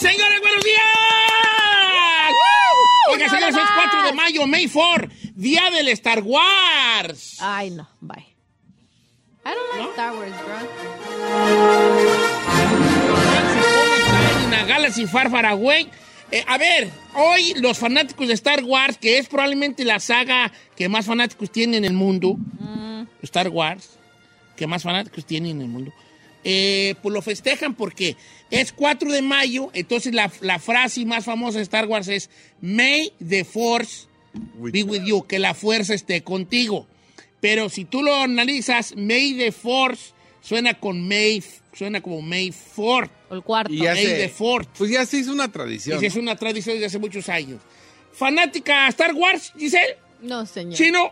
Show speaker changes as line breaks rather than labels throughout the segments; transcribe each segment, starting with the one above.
Señores, buenos días. Oiga, señores, es 4 de mayo, May 4, día del Star Wars.
Ay, no, bye. I don't like Star Wars, bro.
En la Galaxy Far Far Away. Eh, a ver, hoy los fanáticos de Star Wars, que es probablemente la saga que más fanáticos tiene en el mundo,
Mm.
Star Wars, que más fanáticos tiene en el mundo, eh, pues lo festejan porque es 4 de mayo, entonces la, la frase más famosa de Star Wars es May the Force be with you, que la fuerza esté contigo. Pero si tú lo analizas, May the Force suena con May, suena como May 4
O el cuarto.
Y ya
May the
se,
Fourth.
pues ya se hizo una tradición.
Esa es una tradición de hace muchos años. Fanática a Star Wars, Giselle.
No, señor.
Chino.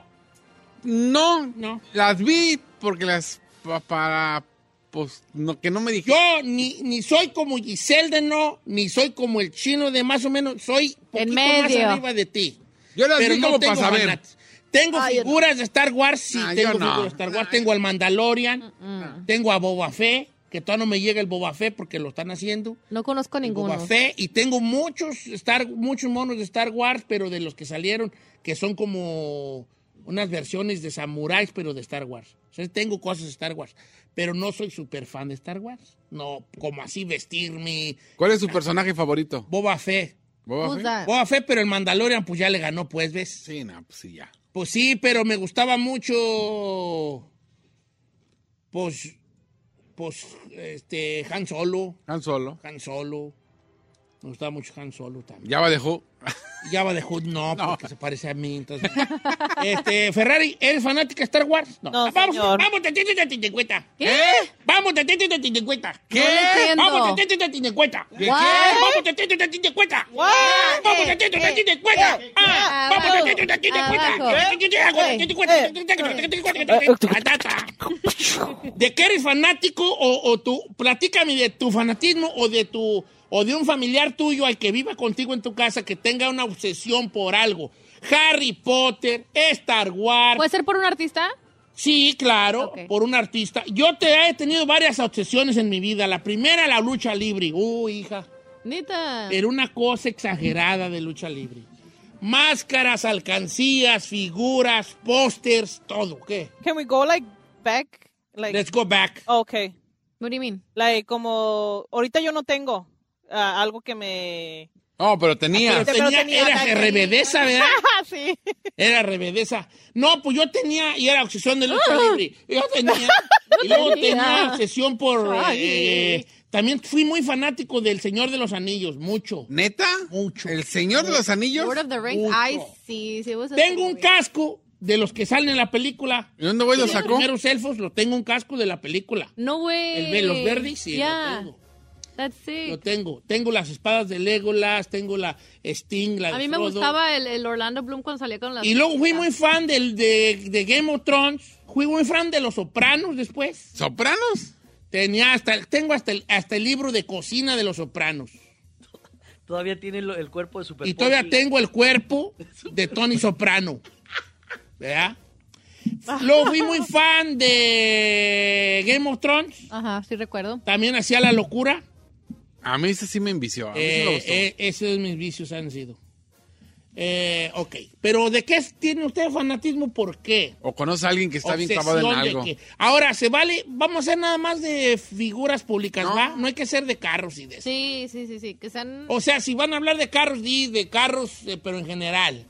¿no? no,
No.
las vi porque las pa- para pues no, que no me dijeron.
Yo ni, ni soy como Giselle de no, ni soy como el chino de más o menos. Soy poquito
En
más
medio.
arriba de ti.
Yo las
Pero
vi
no
como
tengo
para saber.
fanat- Tengo
Ah, yo no.
figuras de Star Wars, sí,
Nah,
tengo
yo no.
figuras de Star Wars. Tengo al
Mm,
Mandalorian, tengo a Boba Fett, que todavía no me llega el Boba Fett porque lo están haciendo.
No conozco a ninguno.
Boba Fett, y tengo muchos Star, muchos monos de Star Wars, pero de los que salieron, que son como unas versiones de samuráis, pero de Star Wars. O sea, tengo cosas de Star Wars, pero no soy súper fan de Star Wars. No, como así vestirme.
¿Cuál es su personaje favorito?
Boba Fett.
¿Boba
Who's
Fett?
that?
Boba Fett, pero el Mandalorian pues ya le ganó, pues, ¿ves?
Sí, no, pues sí, ya.
Pues sí, pero me gustaba mucho... Pues... Pues, este, Han Solo.
Han Solo.
Han Solo. Me gustaba mucho Han Solo también.
Ya va dejó.
Ya va de Hood, no, porque se parece a mí. Entonces, este, Ferrari, ¿eres fanática de Star Wars? No, Ah,
No,
vamos,
señor.
vamos, te tienes te te cuenta. ¿Eh?
¿Qué?
Vamos, te tienes te te cuenta. ¿Eh?
No lo entiendo.
Vamos, te tienes te te cuenta.
What?
Vamos, te tienes te te cuenta. Vamos, te tienes te te cuenta. Ah,
eh,
Vamos, te
abajo,
tienes te te
abajo.
cuenta. ¿De qué eres fanático o, o tú? Platícame de tu fanatismo o de tu o de un familiar tuyo al que viva contigo en tu casa que tenga una obsesión por algo. Harry Potter, Star Wars.
¿Puede ser por un artista?
sí, claro,
Ok.
por un artista. Yo te he tenido varias obsesiones en mi vida. La primera, la lucha libre. Uy, hija.
Nita.
Era una cosa exagerada de lucha libre. Máscaras, alcancías, figuras, pósters, todo. ¿Qué?
Can we go like back? Like, Oh,
Let's go back.
okay.
What do you mean?
Like, como, ahorita yo no tengo ah, algo que me... Ah,
No, pero tenía.
Pero
pero
tenía,
tenía
era
ataque.
rebedeza, ¿verdad?
sí.
Era rebedeza. No, pues yo tenía, y era obsesión de lucha libre. Yo tenía, y luego tenía obsesión por... eh,
Ay.
eh, también fui muy fanático del Señor de los Anillos, mucho.
¿Neta?
Mucho.
¿El Señor de los Anillos?
Lord of the Rings.
Mucho.
Ay, sí. sí, vos-
Tengo un casco de los que salen en la película.
¿Y dónde voy lo
Los
sacó?
primeros elfos, lo tengo un casco de la película.
No, güey.
El de los verdes, sí,
Ya.
lo tengo.
That's
Lo
sick.
tengo. Tengo las espadas de Legolas, tengo la Sting, la de
A mí me
Frodo.
gustaba Ah. el, el Orlando Bloom cuando salía con las...
Y luego fui muy fan del, de, de Game of Thrones. Fui muy fan de Los Sopranos después.
¿Sopranos?
Tenía hasta, el- tengo hasta el, hasta el libro de cocina de Los Sopranos.
Todavía tiene lo- el cuerpo de Super
Y todavía
Porky.
tengo el cuerpo de Tony Soprano. ¿Verdad? Luego fui muy fan de Game of Thrones.
Ajá, sí recuerdo.
También hacía la locura.
A mí ese sí me envició. A mí sí me
Eh,
gustó.
eh, esos mis vicios han sido. Eh, ok. Pero ¿de qué tiene usted fanatismo? ¿Por qué?
O conoce a alguien que está bien clavado en
Obsesión de
algo.
que- Ahora, se vale, vamos a hacer nada más de figuras públicas, ¿va? No hay que ser de carros y de eso.
Sí, sí, sí, sí. Que sean.
Este. O sea, si van a hablar de carros, di de carros, eh, pero en general.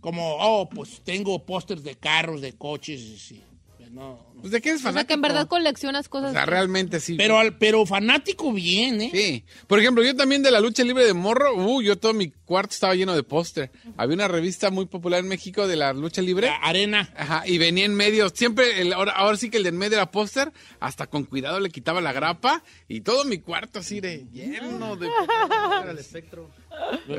Como, oh, pues tengo pósters de carros, de coches, y sí. Pues no, no.
Pues, ¿De qué es
o
fanático?
sea, que en verdad coleccionas cosas.
O sea, realmente sí.
Pero, al- pero fanático bien, ¿eh?
Sí. Por ejemplo, yo también de la lucha libre de morro, uh, yo todo mi cuarto estaba lleno de póster. Había una revista muy popular en México de la lucha libre.
La arena.
Ajá, y venía en medio, siempre, el, ahora, ahora sí que el de en medio era póster, hasta con cuidado le quitaba la grapa y todo mi cuarto así de lleno de...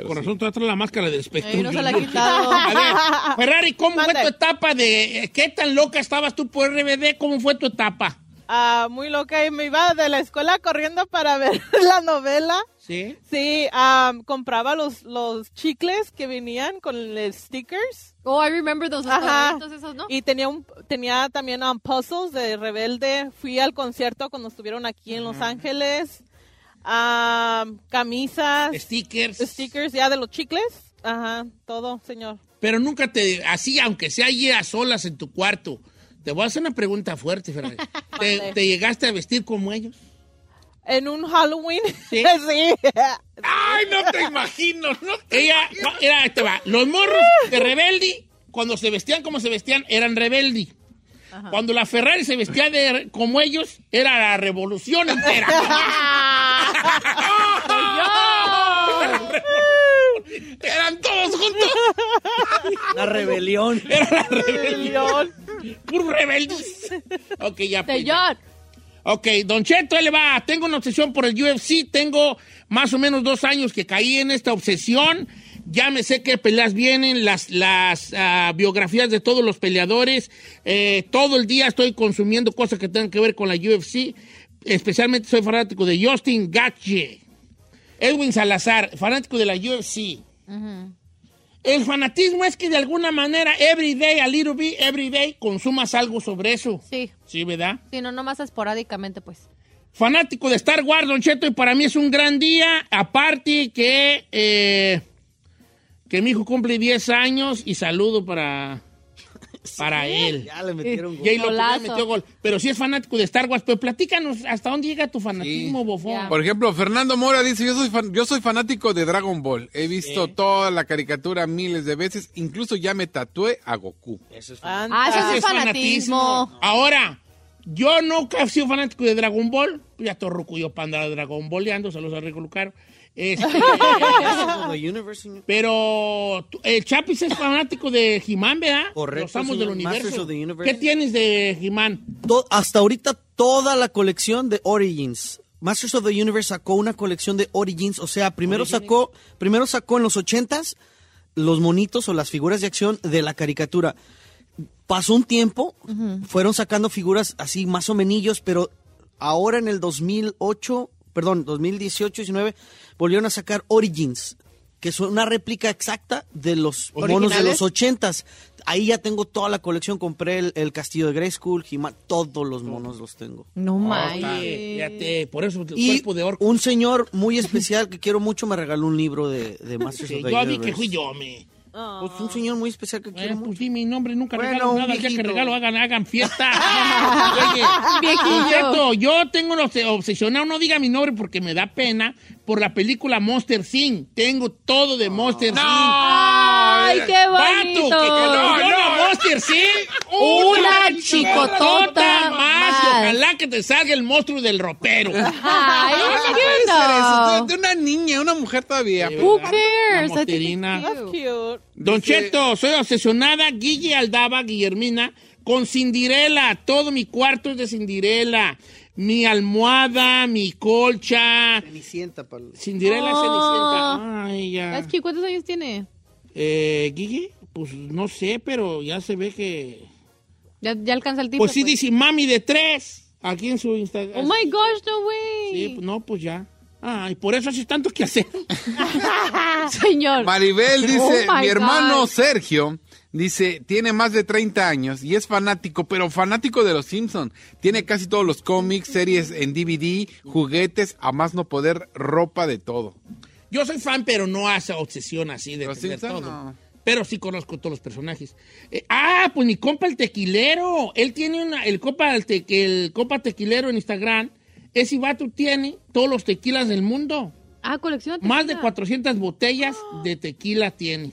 Con razón, tú traes la máscara del espectro.
Ahí no se
Yo
la ha
no-
quitado.
Ah,
A ver, Ferrari, ¿cómo fue
Mande.
tu etapa de... eh, ¿Qué tan loca estabas tú por RBD? ¿Cómo fue tu etapa?
Ah, muy loca y me iba de la escuela corriendo para ver la novela.
Sí.
Sí, ah, compraba los, los chicles que venían con los stickers.
Oh, I remember those. los
Ajá.
cuadritos esos, ¿no?
Y tenía un tenía también um, puzzles de Rebelde. Fui al concierto cuando estuvieron aquí en Los Ángeles. Ah, camisas,
Stickers.
stickers ya de los chicles. Ajá, todo, señor.
Pero nunca te... Así, aunque sea allí a solas en tu cuarto. Te voy a hacer una pregunta fuerte, Ferrari. ¿Te,
Mande.
te llegaste a vestir como ellos?
En un Halloween.
Sí.
Sí.
¡Ay, no te imagino! No te-
Ella... no, era, ahí te va. Los morros de Rebeldi, cuando se vestían como se vestían, eran Rebeldi. Cuando la Ferrari se vestía de, como ellos, era la revolución entera.
¡Eran todos juntos!
La rebelión.
Era la rebelión. Puro rebeldes. Ok, ya. pues, ya.
Señor.
Ok, Don Cheto, él le va. Tengo una obsesión por el UFC. Tengo más o menos dos años que caí en esta obsesión. Ya me sé qué peleas vienen, las, las ah, biografías de todos los peleadores. Eh, todo el día estoy consumiendo cosas que tengan que ver con la UFC. Especialmente soy fanático de Justin Gaethje. Edwin Salazar, fanático de la UFC. El fanatismo es que de alguna manera, every day, a little bit, every day, consumas algo sobre eso.
Sí.
Sí, ¿verdad?
Sí, no, nomás esporádicamente, pues.
fanático de Star Wars, Don Cheto, y para mí es un gran día. Aparte que, eh, que mi hijo cumple 10 años y saludo para, para él.
Ya le metieron gol.
Jay López ya
Golazo.
metió gol. Pero si es fanático de Star Wars, pues platícanos hasta dónde llega tu fanatismo, bofón.
Ya.
Por ejemplo, Fernando Mora dice, yo soy, fan- yo soy fanático de Dragon Ball. He visto toda la caricatura miles de veces, incluso ya me tatué a Goku.
Ah, eso
Ese
es fanatismo.
Ahora, yo nunca he sido fanático de Dragon Ball. Ya torruco yo para andar Dragon Balleando, saludos a Rico Lucaro. Este, Pero tú- el Chapis es fanático de He-Man, ¿verdad?
Correcto,
Los amos
señor.
del
Masters
universo.
of the Universe.
¿Qué tienes de He-Man?
To- hasta ahorita toda la colección de Origins. Masters of the Universe sacó una colección de Origins, o sea, primero sacó, primero sacó en los 80s los monitos o las figuras de acción de la caricatura. Pasó un tiempo, fueron sacando figuras así más o menillos, pero ahora en el 2008, perdón, 2018-19 volvieron a sacar Origins, que son una réplica exacta de los monos de los
¿Originales?
80s. Ahí ya tengo toda la colección, compré el, el castillo de Grey School, todos los monos los tengo.
No manches.
Oye, Ah, fíjate, por eso el
Y
cuerpo de orco.
un señor muy especial que quiero mucho me regaló un libro de, de Masters
Sí,
of the
yo vi
Universe.
que fui yo, me.
Ah.
Pues un señor muy especial que quiero
Bueno, pues
mucho.
sí, mi nombre nunca
Bueno,
regalo
un
nada. El día que
viejito.
regalo hagan, hagan fiesta. Oye,
Viejillo.
Cheto, yo tengo un obse- obsesionado, no diga mi nombre porque me da pena, por la película Monster Sin. Tengo todo de Monster Sin.
Ay, qué
Pato, que
bonito.
conoció la Monster Sin,
Una
perra
chicotota
más.
más.
Ojalá que te salga el monstruo del ropero.
Ay, you
Eso,
know.
de, de una niña, una mujer todavía.
Eh,
De
Who
verdad,
cares?
la
I think it's
mosterina.
That's cute.
Don
Dice-
Cheto, soy obsesionada, Guille Aldaba, Guillermina, con Cindirela. Todo mi cuarto es de Cindirela. Mi almohada, mi colcha.
Cenicienta, Pablo.
Cindirela
Oh.
Cenicienta. Ay, ya.
That's cute. ¿Cuántos años tiene?
Ah, Eh, Guille, pues no sé, pero ya se ve que...
Ya, ya alcanza el tipo.
Pues sí dice mami de tres, aquí en su Instagram.
Oh my gosh, no way.
Sí, no, pues ya. Ay, por eso haces tanto que hacer.
Señor.
Maribel dice,
Oh my
mi hermano
God.
Sergio dice, tiene más de 30 años y es fanático, pero fanático de los Simpson. Tiene casi todos los cómics, series en DVD, juguetes, a más no poder, ropa de todo.
Yo soy fan, pero no a esa obsesión así de
Los
tener
Simpson,
todo.
no.
Pero sí conozco todos los personajes. Eh, ah, pues mi compa el tequilero. Él tiene una, el compa, el, te- el compa tequilero en Instagram. Ese vato tiene todos los tequilas del mundo.
Ah, colección.
Más de 400 botellas de tequila tiene.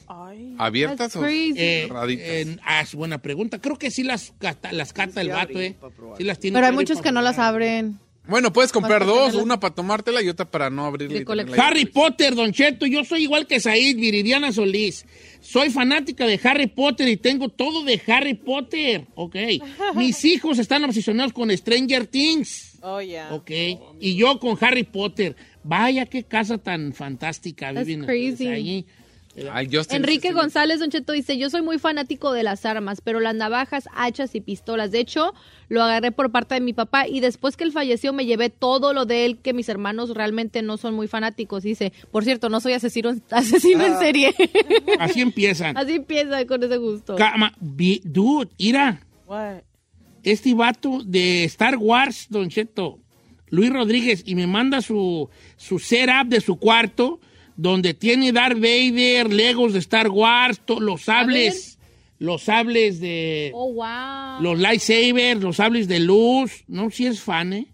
¿Abiertas o
Oh, crazy.
Eh,
cerraditas?
eh, ah, es buena pregunta. Creo que sí las cata, las cata el vato, eh. Sí las tiene
Pero hay
que abrir
muchos
pa
que no las
probar.
abren.
Bueno, puedes comprar
¿Cuántas
dos,
tenerlas?
una para tomártela y otra para no abrirla.
De
y tenerla ahí.
Harry Potter, Don Cheto, yo soy igual que Said, Viridiana Solís. Soy fanática de Harry Potter y tengo todo de Harry Potter. Ok. Mis hijos están obsesionados con Stranger Things.
Oh, yeah.
Ok. Y yo con Harry Potter. Vaya, qué casa tan fantástica
That's
viven
crazy.
ustedes ahí.
Ay, yo estoy-
Enrique González Don Cheto dice, yo soy muy fanático de las armas, pero las navajas, hachas y pistolas. De hecho, lo agarré por parte de mi papá y después que él falleció me llevé todo lo de él que mis hermanos realmente no son muy fanáticos. Dice, por cierto, no soy asesino, asesino
Ah.
en serie.
Así empiezan.
Así empieza con ese gusto.
Cama- vi- Dude, mira.
What?
este vato de Star Wars, Don Cheto, Luis Rodríguez, y me manda su, su setup de su cuarto, donde tiene Darth Vader, Legos de Star Wars, to- los sables, los sables de.
Oh, wow.
Los lightsabers, los sables de luz. No, si eres fan, ¿eh?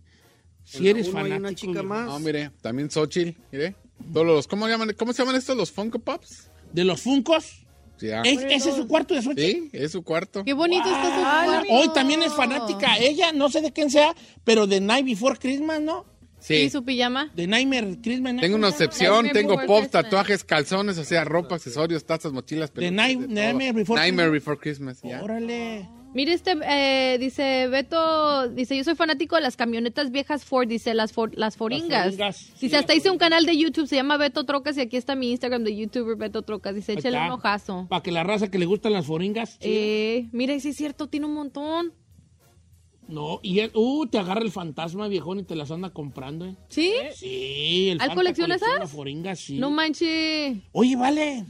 Si eres
Uno, hay
fanático.
una chica
de-
más.
No, mire, también Xochitl, mire. Todos los, ¿cómo, llaman, ¿Cómo se llaman estos? ¿Los Funko Pops?
De los Funcos.
Ya.
¿Es- ¿Ese es su cuarto de Sochi?
Sí, es su cuarto.
Qué bonito está su cuarto.
Hoy también es fanática. Ella, no sé de quién sea, pero de Night Before Christmas, ¿no?
Sí.
¿Y su pijama?
De Nightmare Christmas. ¿no?
Tengo una
¿Cómo se llama?
excepción,
Nightmare
tengo
Before
pops,
Christmas.
tatuajes, calzones, o sea, ropa, accesorios, tazas, mochilas,
The
peluches,
Night-
de todo.
Nightmare Before
Nightmare Before Christmas, ya.
Órale.
Mire este, eh, dice Beto, dice, yo soy fanático de las camionetas viejas Ford, dice las for- las foringas.
foringas, sí,
dice,
las
hasta hice un canal de YouTube, se llama Beto Trocas y aquí está mi Instagram de YouTuber Beto Trocas. Dice, échale un ojazo.
Para que la raza que le gustan las foringas.
Eh, mira, sí es cierto, tiene un montón.
No, y él, uh, te agarra el fantasma, viejón, y te las anda comprando, ¿eh?
¿Sí?
Sí, el
¿Al
fanta
coleccionas
colecciona
esas?
foringas, sí.
No manches.
Oye, vale.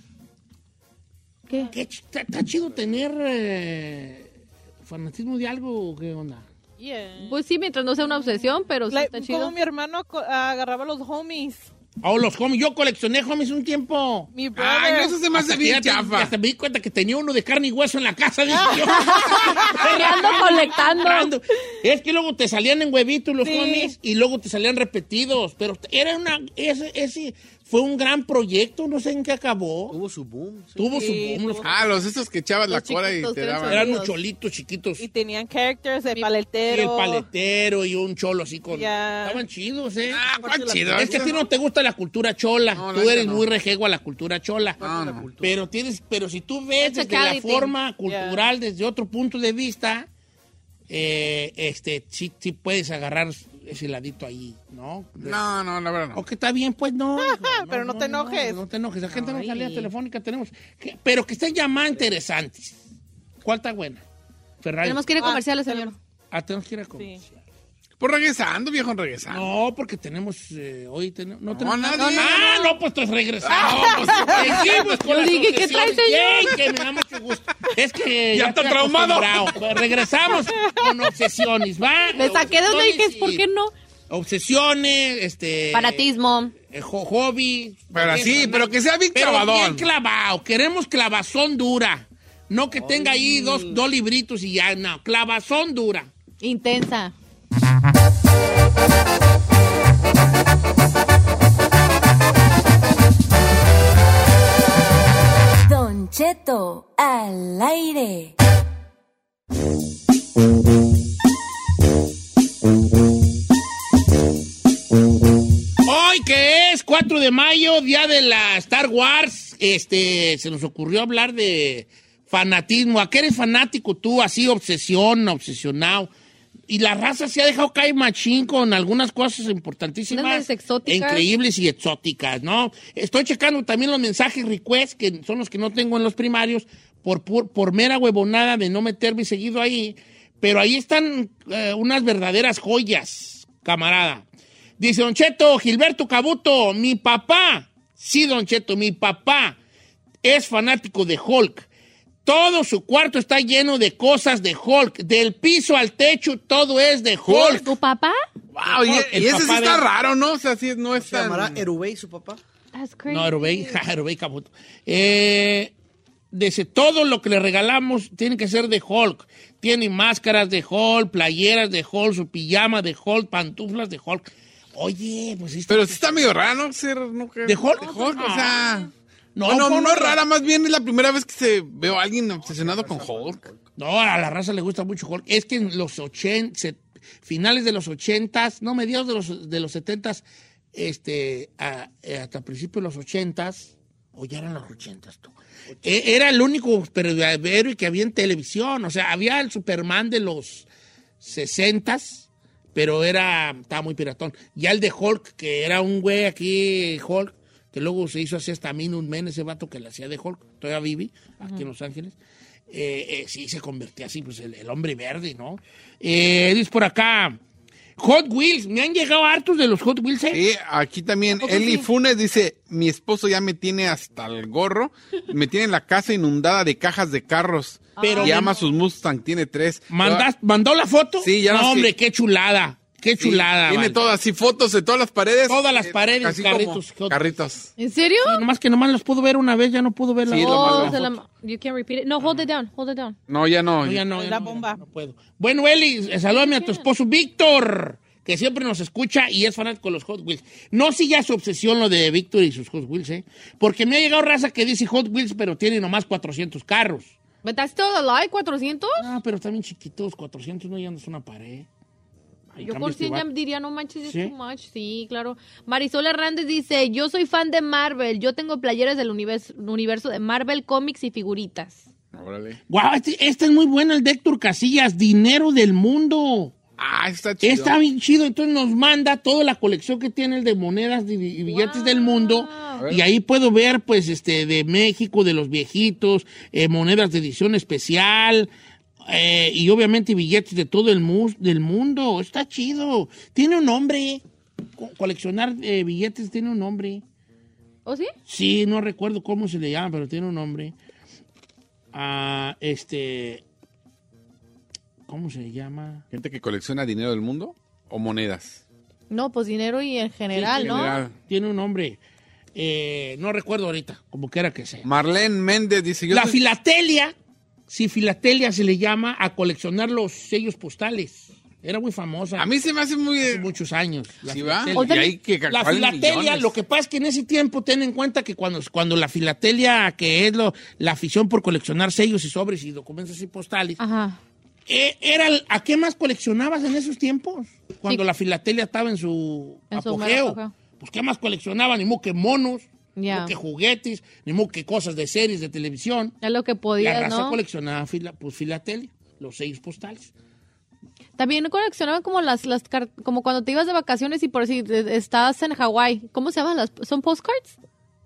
¿Qué?
qué ch- Está está chido tener eh, fanatismo de algo, ¿o ¿qué onda?
Yeah.
Pues sí, mientras no sea una obsesión, pero sí
Like,
está
como
chido.
mi hermano co- agarraba los homies.
Oh, los homies. Yo coleccioné homies un tiempo.
Mi
Ay,
brother.
eso se me hace
Hasta que
bien
ya te-
chafa.
Hasta me di cuenta que tenía uno de carne y hueso en la casa. Dije yo.
Ando colectando.
Ando. Es que luego te salían en huevitos los
Sí.
homies y luego te salían repetidos. Pero era una. Ese, ese fue un gran proyecto, no sé en qué acabó.
Tuvo su boom. sí.
Tuvo
Sí,
su boom. los-
Ah, los esos que echabas la
Los
cola y
chiquitos,
te
que eran
daban.
eran
Dios.
unos cholitos chiquitos.
Y
Y
tenían characters, el paletero.
el paletero y un cholo así con.
Ya.
Estaban chidos, ¿eh?
Ah, cuán chido.
es que a ti no te gusta la cultura chola.
No, la
tú
neta
eres
no.
muy rejego a la cultura chola.
No, no.
Pero tienes, pero si tú ves
It's a
desde la
quality.
forma cultural, desde otro punto de vista, eh, este, sí, sí puedes agarrar ese ladito ahí, ¿no?
No, no, la verdad no.
O que está bien, pues no.
Pero no te enojes.
No, te enojes. La gente no
Ay.
salida telefónica tenemos. que- pero que estén llamadas interesantes. ¿Cuál está buena? Ferrari.
Tenemos que ir a
Ah,
comerciales,
tenemos-
señor.
Ah, tenemos que ir a comer.
Pues regresando, viejo, regresando.
No, porque tenemos. eh, hoy tenemos. No,
No,
tenemos.
nadie.
Ah, no, pues tú regresamos. pues, Seguimos con
Yo
las
dije, ¿qué
obsesiones.
trae, señor?
Yay, que me da mucho gusto. Es que.
Ya está
estoy
traumado.
acostumbrado. Pues regresamos con obsesiones, ¿va?
Me saqué de donde dije,
Obsesiones y-
¿por qué no?
Obsesiones, este.
Paratismo.
eh, jo- hobby.
Pero así,
Eso, ¿no?
pero que sea bien
Pero
clavadón.
bien clavado. Queremos clavazón dura. No que tenga ahí dos, dos libritos y ya, no. Clavazón dura.
Intensa.
Don Cheto al aire.
Hoy que es 4 de mayo, día de la Star Wars, este, se nos ocurrió hablar de fanatismo. ¿A qué eres fanático tú? Así, obsesión, obsesionado. Y la raza se ha dejado caer machín con algunas cosas importantísimas. e
Unas exóticas.
Increíbles y exóticas, ¿no? Estoy checando también los mensajes request, que son los que no tengo en los primarios, por, por, por mera huevonada de no meterme seguido ahí. Pero ahí están eh, unas verdaderas joyas, camarada. Dice Don Cheto, Gilberto Cabuto, mi papá. Sí, Don Cheto, mi papá es fanático de Hulk. Todo su cuarto está lleno de cosas de Hulk. Del piso al techo, todo es de Hulk.
¿Tu papá?
Wow, y,
El
Ah, y ese sí
papá
está
de-
raro, ¿no? O sea, sí, no es
Se llamará
tan...
Erubey, su papá.
That's crazy.
No, Aerobey, ja, Aerobey Caputo. Eh, dice, todo lo que le regalamos tiene que ser de Hulk. Tiene máscaras de Hulk, playeras de Hulk, su pijama de Hulk, pantuflas de Hulk. Oye, pues esto-
Pero sí está medio raro ser mujer.
¿De Hulk?
De Hulk, o sea.
No,
No, no,
Hulk
no, es
no.
rara, más bien es la primera vez que se veo a alguien obsesionado con Hulk.
No, a la raza le gusta mucho Hulk. Es que en los 80, se- finales de los 80, no, mediados de los, de los 70, este, a- eh, hasta principios de los 80, o ya eran los 80, tú. E- Era el único superhéroe que había en televisión. O sea, había el Superman de los 60, pero era, estaba muy piratón. Ya el de Hulk, que era un güey aquí, Hulk, que luego se hizo así hasta Minus Men, ese vato que le hacía de Hulk, todavía viví, aquí en Los Ángeles. Eh, eh, sí, se convertía así, pues el, el hombre verde, ¿no? Eh, dice por acá, Hot Wheels, me han llegado hartos de los Hot Wheels. ¿eh?
Y aquí también, Eli Funes dice, mi esposo ya me tiene hasta el gorro, me tiene la casa inundada de cajas de carros.
Pero-
Pero y ama sus Mustang, tiene tres.
¿Mandas- ¿Mandó la foto?
Sí, ya
No,
las-
hombre, qué chulada, qué
Sí,
chulada.
Tiene
vale.
todas, sí, fotos de todas las paredes.
Todas las
Eh,
paredes,
así
carritos,
como
Hulk.
carritos.
¿En serio?
Sí, nomás que nomás los pudo ver una vez, ya no pudo ver la
Sí, lo
otra.
más-
Oh,
la
se la- you can't repeat it. No, hold it down, hold it down.
No, ya no.
No, ya no, ya
La
no, ya
bomba.
no puedo. Bueno, Eli, eh, salúdame a tu esposo Víctor, que siempre nos escucha y es fanático de los Hot Wheels. No siga su obsesión lo de Víctor y sus Hot Wheels, ¿eh? Porque me ha llegado raza que dice Hot Wheels, pero tiene nomás 400 carros.
But that's still a lie, 400?
Ah, pero también chiquitos, 400 no llegan a una pared. Ay,
Yo
cambio
por
este
100 ya
vato.
diría, no manches, es
¿Sí?
too much. Sí, claro. Marisol Hernández dice, yo soy fan de Marvel. Yo tengo playeras del universo, universo de Marvel, cómics y figuritas.
Órale.
Guau, este, este es muy bueno, el de Héctor Casillas, dinero del mundo.
Ah, está chido.
Está bien chido, entonces nos manda toda la colección que tiene el de monedas y y billetes del mundo. Y ahí puedo ver, pues, este, de México, de los viejitos, eh, monedas de edición especial, eh, y obviamente billetes de todo el mu- del mundo. Está chido. Tiene un nombre. Co- Coleccionar eh, billetes tiene un nombre.
¿O sí?
Sí, no recuerdo cómo se le llama, pero tiene un nombre. Ah, este. ¿Cómo se llama?
Gente que colecciona dinero del mundo o monedas.
No, pues dinero y en general,
En
¿no?
general.
Tiene un nombre. Eh, no recuerdo ahorita, como quiera que sea.
Marlene Méndez dice, yo
La
soy-
filatelia, si filatelia se le llama a coleccionar los sellos postales. Era muy famosa.
a mí se me hace muy...
hace muchos años. la
Sí, va.
filatelia.
Y ahí que
La
¿cuáles
filatelia,
millones?
lo que pasa es que en ese tiempo ten en cuenta que cuando, cuando la filatelia, que es lo, la afición por coleccionar sellos y sobres y documentos y postales,
Ajá.
eh, era, el- ¿a qué más coleccionabas en esos tiempos? Cuando
Sí.
la filatelia estaba en su
En su mero
apogeo.
apogeo.
pues qué más coleccionaban, ni modo que monos, ni
Ya.
modo que juguetes, ni modo que cosas de series de televisión.
Es lo que
la
podía,
raza
¿no?
coleccionaba fila- pues, filatelia, los sellos postales.
También coleccionaban como las, las car- como cuando te ibas de vacaciones y por si estabas en Hawái. ¿Cómo se llaman las? ¿Son postcards?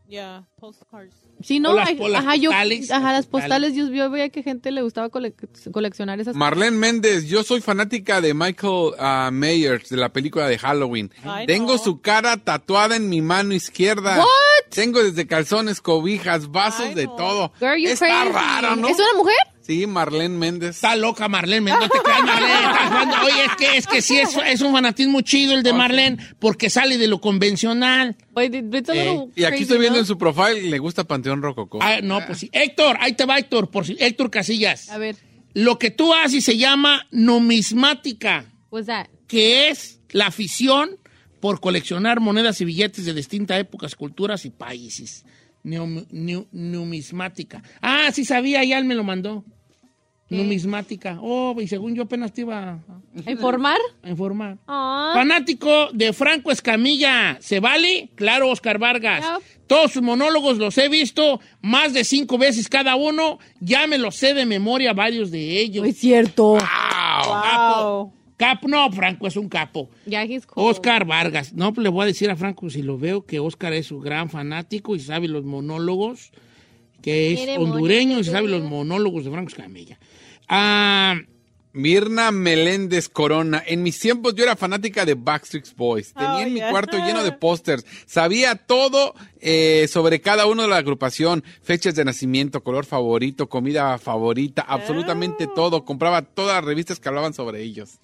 Yeah, postcards.
Sí, ¿no?
O las-
Ay,
o las
ajá, yo,
postales,
ajá,
las
las postales. Yo, yo veía que gente le gustaba cole- coleccionar esas.
Marlene Méndez, yo soy fanática de Michael ah, Myers, de la película de Halloween.
Ay,
Tengo
no.
su cara tatuada en mi mano izquierda. Tengo desde calzones, cobijas, vasos
Ay,
de
no.
todo.
Girl, you
Está
crazy.
raro, ¿no?
¿Es una mujer?
Sí, Marlene Méndez.
Está loca Marlene, no te creas, Marlene. estás jugando. Oye, es que, es que sí, es, es un fanatismo chido
Ah,
el de Marlene, porque sale de lo convencional.
Wait, it- it's a
Eh,
little
Y aquí
crazy,
estoy viendo
¿no?
en su profile, le gusta Panteón Rococó.
Ah, no, pues sí. Héctor, ahí te va Héctor, por si, Héctor Casillas.
A ver,
Lo que tú haces se llama numismática.
what's that?
que es la afición por coleccionar monedas y billetes de distintas épocas, culturas y países. Neum- neu- numismática. Ah, sí sabía, ya él me lo mandó. Numismática. Oh, y según yo apenas te iba a-
¿A ¿Informar?
a informar.
Ah,
Fanático de Franco Escamilla, ¿se vale? Claro, Oscar Vargas.
Yep.
Todos sus monólogos los he visto más de cinco veces cada uno. Ya me los sé de memoria varios de ellos.
es cierto.
Capo. Cap, no, Franco es un capo.
Ya, he's cool.
Oscar Vargas. No, pues le voy a decir a Franco si lo veo que Oscar es un gran fanático y sabe los monólogos, que es
Quiere
hondureño y
monólogos. ¿eh?
sabe los monólogos de Franco Escamilla. Ah,
Mirna Meléndez Corona. En mis tiempos yo era fanática de Backstreet Boys. Tenía
Oh,
en mi
yeah.
cuarto lleno de pósters. Sabía todo eh, sobre cada uno de la agrupación. Fechas de nacimiento, color favorito,
Ah.
comida favorita, absolutamente todo. Compraba todas las revistas que hablaban sobre ellos.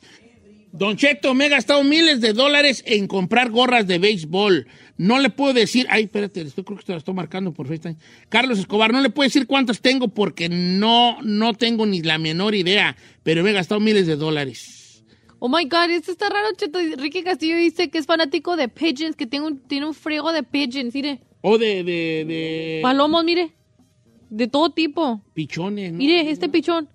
Don Cheto, me he gastado miles de dólares en comprar gorras de béisbol. No le puedo decir. Ay, espérate, esto creo que te la estoy marcando por FaceTime. Carlos Escobar, no le puedo decir cuántas tengo porque no, no tengo ni la menor idea, pero me he gastado miles de dólares.
Oh my God, esto está raro, Cheto. Ricky Castillo dice que es fanático de pigeons, que tiene un, tiene un friego de pigeons, mire.
O de, de,
Eh.
de
Palomos, mire. De todo tipo.
pichones,
Mm.
¿no?
Mire, este pichón.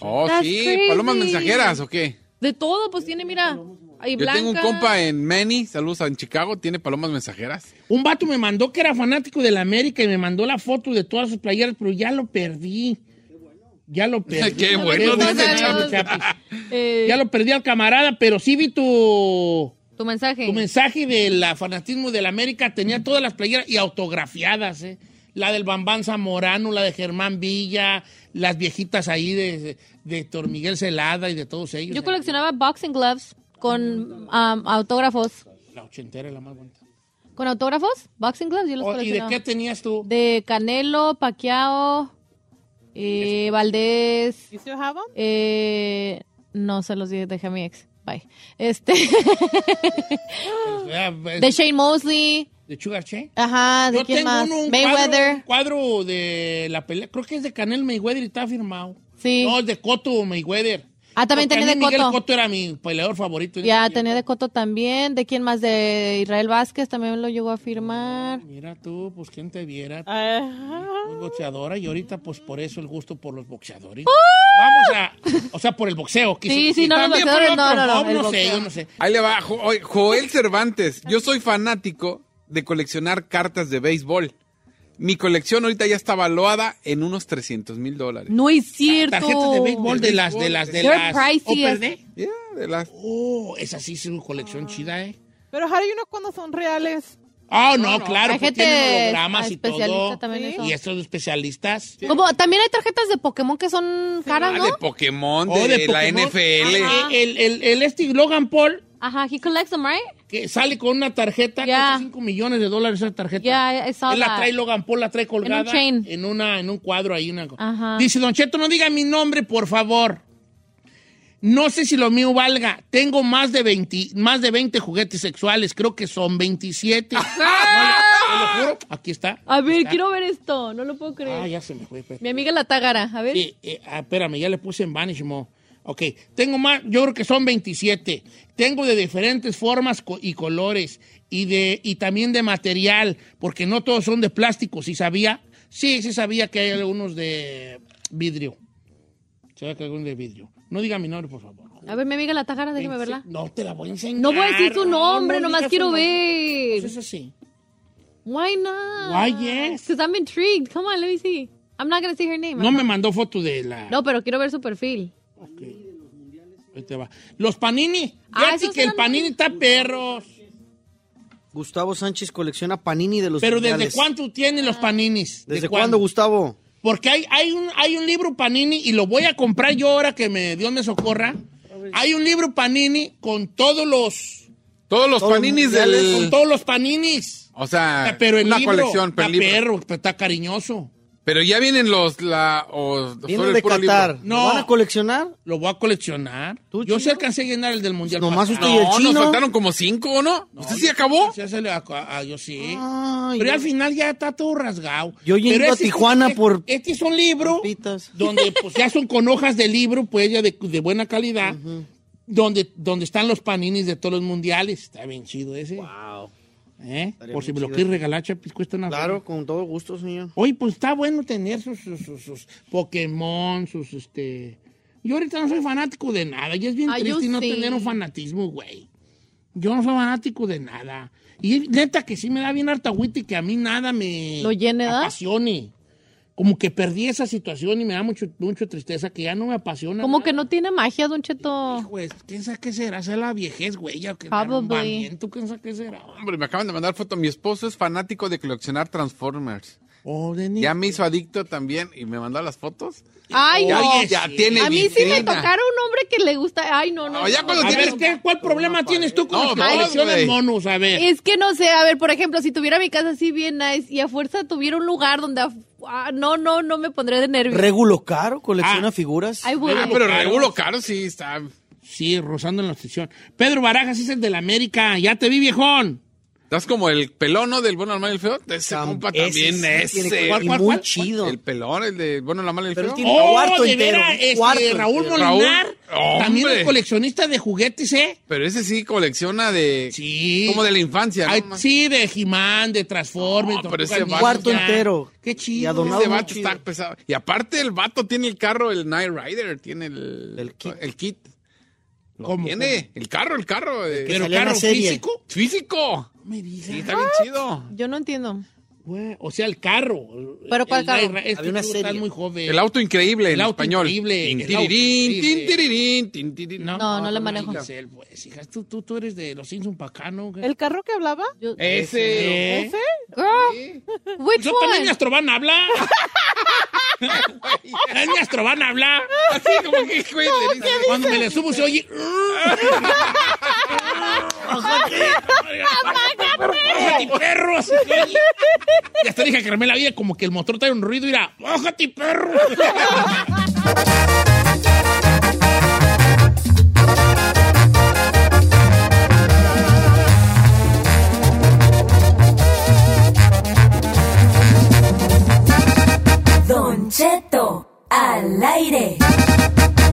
Oh,
That's
sí,
crazy.
palomas mensajeras o qué.
De todo, pues tiene, mira. Ahí
Yo
blanca.
tengo un compa en Manny, saludos en Chicago, tiene palomas mensajeras.
Un vato me mandó que era fanático de la América y me mandó la foto de todas sus playeras, pero ya lo perdí. Ya lo perdí.
Qué bueno,
dice
Chapis,
Chapis.
Chapis.
Eh,
Ya lo perdí al camarada, pero sí vi tu,
Tu mensaje.
tu mensaje del fanatismo de la América. Tenía todas las playeras y autografiadas, ¿eh? La del Bambán Zamorano, la de Germán Villa, las viejitas ahí de, de Héctor Miguel Celada y de todos ellos.
Yo
¿eh?
coleccionaba boxing gloves con um, autógrafos.
La ochentera es la más bonita.
¿Con autógrafos? Boxing gloves, yo los
Oh, ¿Y de
coleccionaba.
qué tenías tú?
De Canelo, Paquiao, eh, Valdés.
You still have 'em?
Eh, no se los di- dejé a mi ex. Bye. Este, de
¿De,
Shane Mosley.
Ah, eh, de Sugar Shane?
Ajá, ¿de
Pues, Yo
quién
tengo
más?
uno, un
Mayweather.
Cuadro, un cuadro de la pelea. Creo que es de Canel Mayweather y está firmado.
Sí.
No, es de Coto Mayweather.
Ah, también
Porque a
tenía
mí
de
Miguel
Cotto.
Cotto era mi peleador favorito. en
Ya
ese
tenía de Coto también. ¿De quién más? De Israel Vázquez también lo llegó a firmar.
tiempo. Mira tú, pues quién te viera.
Ajá.
Muy boxeadora y ahorita, pues por eso el gusto por los boxeadores. Vamos a. O sea, por el boxeo. quise
Sí,
decir.
sí, no, los
También por
boxeadores,
otro,
no, no, no,
No,
el
no sé,
boxeo.
yo no sé.
Ahí le va, Jo- oye, Joel Cervantes. Yo soy fanático de coleccionar cartas de béisbol. Mi colección ahorita ya está valuada en unos 300 mil dólares.
No es cierto.
Ah, Tarjetas de béisbol de las, de las, de
They're
las. ¿eh?
pricey as-
OPD.
Ya, de las-
Oh, esa sí es una
Ah.
colección chida, ¿eh?
Pero Harry, uno cuando son reales.
Ah, no, claro,
Hay
porque
gente
tienen hologramas y
especialista
todo.
también en eso.
Y estos especialistas.
Como, también hay tarjetas de Pokémon que son
Ah,
caras, ¿no?
de Pokémon, de,
Oh, de
la
Pokémon.
NFL.
Ah, El, el, el este Logan Paul
Ajá, he collects them, right?
que sale con una tarjeta,
Ya.
5 millones de dólares esa tarjeta.
Ya, I saw
Él la
that.
trae Logan Paul, la trae colgada
En un chain.
en una en un cuadro ahí una.
Ajá.
Dice Don Cheto, no diga mi nombre, por favor. No sé si lo mío valga. Tengo más de 20, más de 20 juguetes sexuales, creo que son 27. No, le- te lo juro. Aquí está.
A ver,
Está.
quiero ver esto. No lo puedo creer.
Ah, ya se me fue. espérate.
Mi amiga la Tágara. A ver.
Eh, eh, ah, espérame, ya le puse en Vanish Mode. Ok, tengo más, yo creo que son 27. Tengo de diferentes formas co- y colores y, de, y también de material, porque no todos son de plástico. Si sabía, sí, sí sabía que hay algunos de vidrio. Sabía que hay algunos de vidrio. No diga mi nombre, por favor.
A ver, mi amiga la Tágara, déjame verla.
No te la voy a enseñar.
No voy a decir su nombre,
no
nomás
digas
quiero
su nombre.
ver.
Pues es así.
Why not?
Why, yes.
Because I'm intrigued. Come on, let me see. I'm not gonna see her name.
No me mandó foto de la.
No, pero quiero ver su perfil.
Ok. Ahí te va. Los panini.
Ah,
Ya
esos
que el
eran-
panini está perros.
Gustavo Sánchez colecciona panini de los
Pero ¿desde
mundiales.
cuánto tienen los paninis? ¿De
¿Desde cuándo, Gustavo?
Porque hay, hay, un, hay un libro panini y lo voy a comprar yo ahora que me, Dios me socorra. Hay un libro panini con todos los,
Todos los
Todos
paninis
los mundiales
del...
con todos los paninis. Ah,
O sea,
Pero el
una
libro
colección, pero
está
el libro.
perro, pero está cariñoso.
Pero ya vienen los... La, o, solo
Vienen
el
de
puro
Qatar.
libro.
No.
¿Lo van a coleccionar?
Lo voy a coleccionar.
¿Tú,
Yo sí
chino?
alcancé a llenar el del mundial.
Nomás usted
pasado.
y el
No, nos
chino.
faltaron como cinco, ¿o no? ¿Usted sí acabó?
Sí, se le ac- ah, yo sí.
Ay,
Pero
yo-
al final ya está todo rasgado.
Yo
Pero
yendo a
este-
Tijuana
este-
por-
Este es un libro
Papitas.
donde pues ya son con hojas de libro, pues ya de, de buena calidad, donde, donde están los paninis de todos los mundiales. Está bien chido ese.
Wow.
¿eh?
Estaría
Por si me
bien
lo
chido.
quieres regalar, Chapis, cuesta una
Claro,
feria.
con todo gusto, señor.
Oye, pues está bueno tener sus, sus, sus- sus Pokémon, sus este... Yo ahorita no soy fanático de nada y es bien
Ah, yo
triste no
sí.
tener un fanatismo, güey. Yo no soy fanático de nada. Y es neta que sí me da bien harta agüita y que a mí nada me
Lo llene, ¿da?
apasione. Como que perdí esa situación y me da mucho, mucho tristeza que ya no me apasiona.
Como que no tiene magia, Don Cheto.
Pues, ¿quién sabe qué será? ¿Será la viejez, güey? ya que el arrumbamiento? ¿Quién sabe qué será?
Hombre, me acaban de mandar foto. Mi esposo es fanático de coleccionar Transformers.
Oh, de
Ya me hizo adicto también y me mandó las fotos.
Ay,
Ya,
no.
Oye,
Oh, ya
sí.
tiene
A mí sí me
vitrina.
tocaron un hombre que le gusta. Ay, no, no.
No, ya
no.
cuando
A ver,
tienes-
¿qué- ¿cuál problema tienes tú con
No,
los que
no,
coleccionan
güey.
monos? A ver.
Es que no sé, a ver, por ejemplo, si tuviera mi casa así bien nice y a fuerza tuviera un lugar donde a- ah, no, no, no me pondré de nervios.
Regulo caro, colecciona
Ah.
figuras.
Ay, güey.
Ah, pero regulo caro sí está.
Sí, rozando en la obsesión. Pedro Barajas es el de la América. Ya te vi, viejón.
Estás como el pelón, ¿no? Del bueno, al mal y el feo. Ese
Tam-
compa
ese
también
sí
ese.
tiene-
¿Cuál,
y
cuál,
muy
cuál?
chido.
El pelón, el de bueno, la mala y el
Pero
feo.
tiene-
Oh,
Cuarto
de
entero,
veras, este,
cuarto
Raúl
entero.
Molinar.
Raúl,
También
¡Oh! hombre.
es coleccionista de juguetes, ¿eh?
Pero ese sí colecciona de.
Sí.
Como de la infancia, ¿no?
Ay, sí, de He-Man, de Transformers.
No,
Tortugas
pero ese
Ninja.
Cuarto entero.
Qué chido.
Y adornado
Ese
muy
vato
chido.
está pesado. Y aparte el vato tiene el carro, el Night Rider, tiene el,
El kit.
El kit. Lo
¿Cómo?
tiene. El carro, el carro. eh,
salió
¿Pero
en la
carro
serie.
físico?
físico.
Me digas.
Sí, está bien chido.
Yo no entiendo.
Güey, O sea, el carro.
¿Pero cuál
El
carro?
Night Ra- Es que
Había una
tú
serie.
estás muy joven.
El auto increíble en
El auto
español.
increíble,
Tin,
el auto
tirirín,
increíble.
tin, tirirín, tin, tirirín.
No, no le manejo.
Giselle, pues, hijas, tú, tú, tú eres de los Simpson Pacano. güey.
¿El carro que hablaba?
Ese.
¿Eh?
¿Ese?
Girl, which
Pues Yo también
one?
Astroban habla. El Astroban habla.
Así como que, güey, le dice,
Cuando me le subo se oye. ¡Bájate, perros! Ya hasta dije a Carmela Vida como que el motor trae un ruido y era ¡Bájate, perro!
Don Cheto al aire.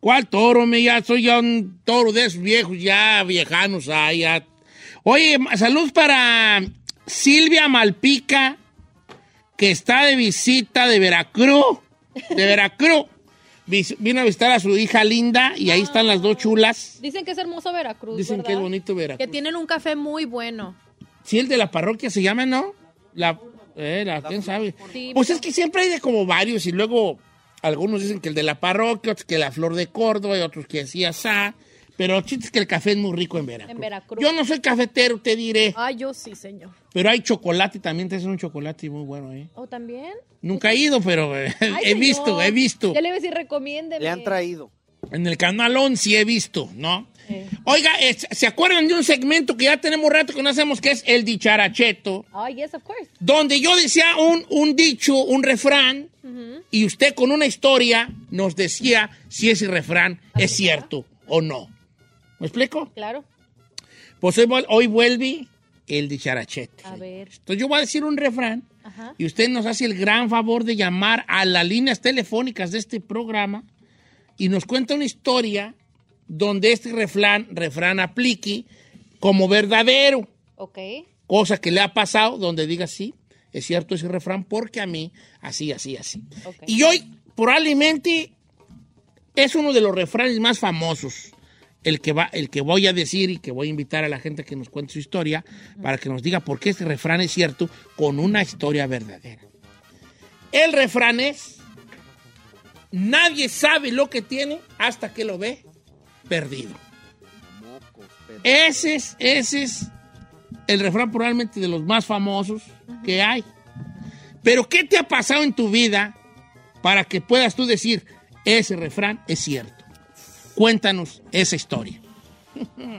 ¿Cuál toro, me? Ya soy ya un toro de esos viejos, ya viejanos, ah, ya. Oye, salud para Silvia Malpica, que está de visita de Veracruz. De Veracruz. Vis- Vino a visitar a su hija Linda y ahí están las dos chulas.
Dicen que es hermoso Veracruz,
Dicen
¿verdad?
que es bonito
Que
Veracruz.
tienen un café muy bueno.
Sí, el de la parroquia se llama, ¿no? La, eh, la, quién sabe.
Sí,
Pues es que siempre hay de como varios y luego algunos dicen que el de la parroquia, otros que la flor de Córdoba y otros que así asá. Pero el chiste es que el café es muy rico en Veracruz.
En Veracruz.
Yo no soy cafetero, te diré,
Ay, yo sí, señor.
pero hay chocolate también, te hacen un chocolate muy bueno, ¿eh?
¿O también?
Nunca he ido, pero eh,
Ay,
he
señor.
visto, he visto.
Ya le iba a decir, recomiéndeme.
Le han traído.
En el canal 11 he visto, ¿no?
Eh.
Oiga, eh, ¿se acuerdan de un segmento que ya tenemos rato que no hacemos que es el dicharacheto?
Ay, yes, of course.
donde yo decía un, un dicho, un refrán, y usted con una historia nos decía si ese refrán es cierto o no. ¿Me explico?
Claro.
Pues hoy, vuel- hoy vuelve el dicharachete.
A ver.
Entonces yo voy a decir un refrán
Ajá.
y usted nos hace el gran favor de llamar a las líneas telefónicas de este programa y nos cuenta una historia donde este refrán, refrán aplique como verdadero
Ok.
cosa que le ha pasado donde diga sí, es cierto ese refrán, porque a mí, así, así, así.
Ok.
Y hoy, probablemente, es uno de los refranes más famosos, el que, va, el que voy a decir y que voy a invitar a la gente que nos cuente su historia para que nos diga por qué este refrán es cierto con una historia verdadera. El refrán es, nadie sabe lo que tiene hasta que lo ve perdido. Ese es, ese es el refrán probablemente de los más famosos que hay. Pero ¿qué te ha pasado en tu vida para que puedas tú decir, ese refrán es cierto? Cuéntanos esa historia.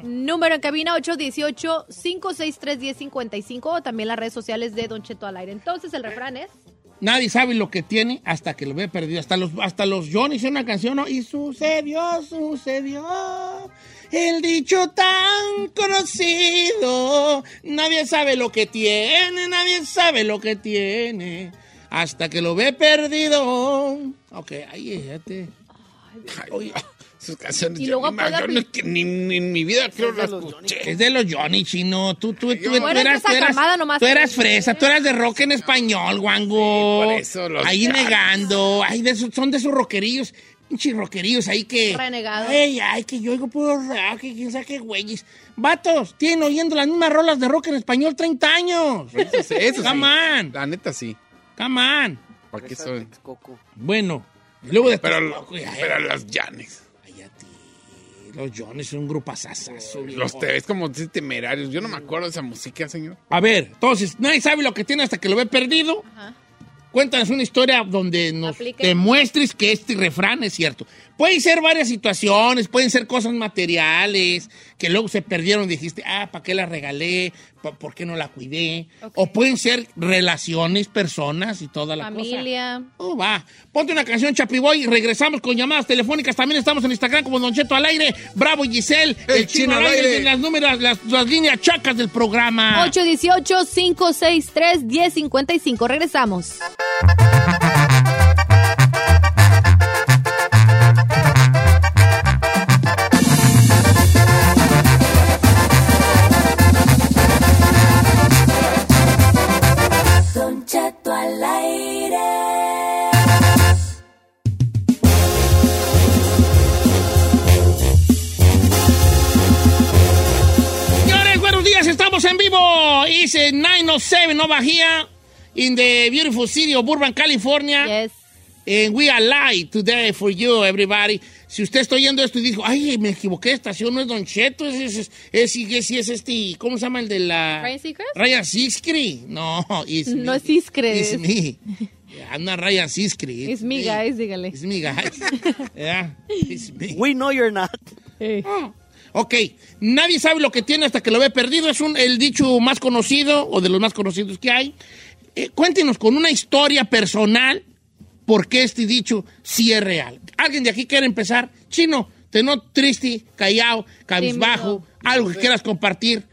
Número en cabina 818-563-1055 o también las redes sociales de Don Cheto al aire. Entonces el refrán es...
Nadie sabe lo que tiene hasta que lo ve perdido. Hasta los, hasta los John hicieron una canción, ¿no? Y sucedió, sucedió. El dicho tan conocido. Nadie sabe lo que tiene, nadie sabe lo que tiene. Hasta que lo ve perdido. Ok, ahí, fíjate. Ay, oye, esas canciones
Y
ya
luego
ni me-
apaga
yo
mi-
no es que ni, ni en mi vida creo las escuché. Es de los Johnny, chino. Tú, tú, tú, tú
Tú eres de
eras,
esa
tú eras-
camada nomás.
tú eras fresa, tú eras de rock en español, guango.
Sí, por eso los
Ahí
Johnny.
negando. Ahí de esos- son de esos rockerillos. Pinches rockerillos ahí que...
Renegados.
Ay, ay, que yo oigo puro rock, que quién sabe qué güeyes. Vatos, tienen oyendo las mismas rolas de rock en español 30 años.
Eso, sí, eso sí.
Come on,
La neta sí.
come on.
¿Para qué soy?
Bueno, y luego de...
Pero, lo- pero las Janes.
Los Johnny son un grupo asasazo,
Los te ves como si temerarios. Yo no me acuerdo de esa música, señor.
A ver, entonces, nadie sabe lo que tiene hasta que lo ve perdido. Cuéntanos una historia donde nos
Aplique.
demuestres que este refrán es cierto. Pueden ser varias situaciones, pueden ser cosas materiales que luego se perdieron. Dijiste, ah, ¿para qué la regalé? ¿Pa- ¿Por qué no la cuidé? O pueden ser relaciones, personas y toda la cosa.
Familia.
Oh, va. Ponte una canción, Chapiboy, y regresamos con llamadas telefónicas. También estamos en Instagram como Don Cheto al aire. Bravo Giselle, el, chino, al aire. tiene Las, números, las, las líneas chacas del programa.
818-563-1055. Regresamos.
Don Cheto al aire.
Señores, buenos días, estamos en vivo. It's eh, 907 Nova here in the beautiful city of Burbank, California.
Yes.
And we are live today for you, everybody. Si usted está oyendo esto y dijo, ay, me equivoqué, estación no es Don Cheto, es, es, es, es, es- es este, ¿cómo se llama el de la?
¿Ryan Seacrest?
Ryan Siskri. No, it's
No
me.
es Iscres.
It's me. I'm not Ryan Siskri.
Es mi guys, dígale.
It's me, guys. Yeah, it's me.
We know you're not.
Ok, nadie sabe lo que tiene hasta que lo ve perdido. Es un, el dicho más conocido o de los más conocidos que hay. Eh, cuéntenos con una historia personal por qué este dicho sí es real. ¿Alguien de aquí quiere empezar? Chino, te noto triste, callado, cabizbajo, algo que quieras compartir.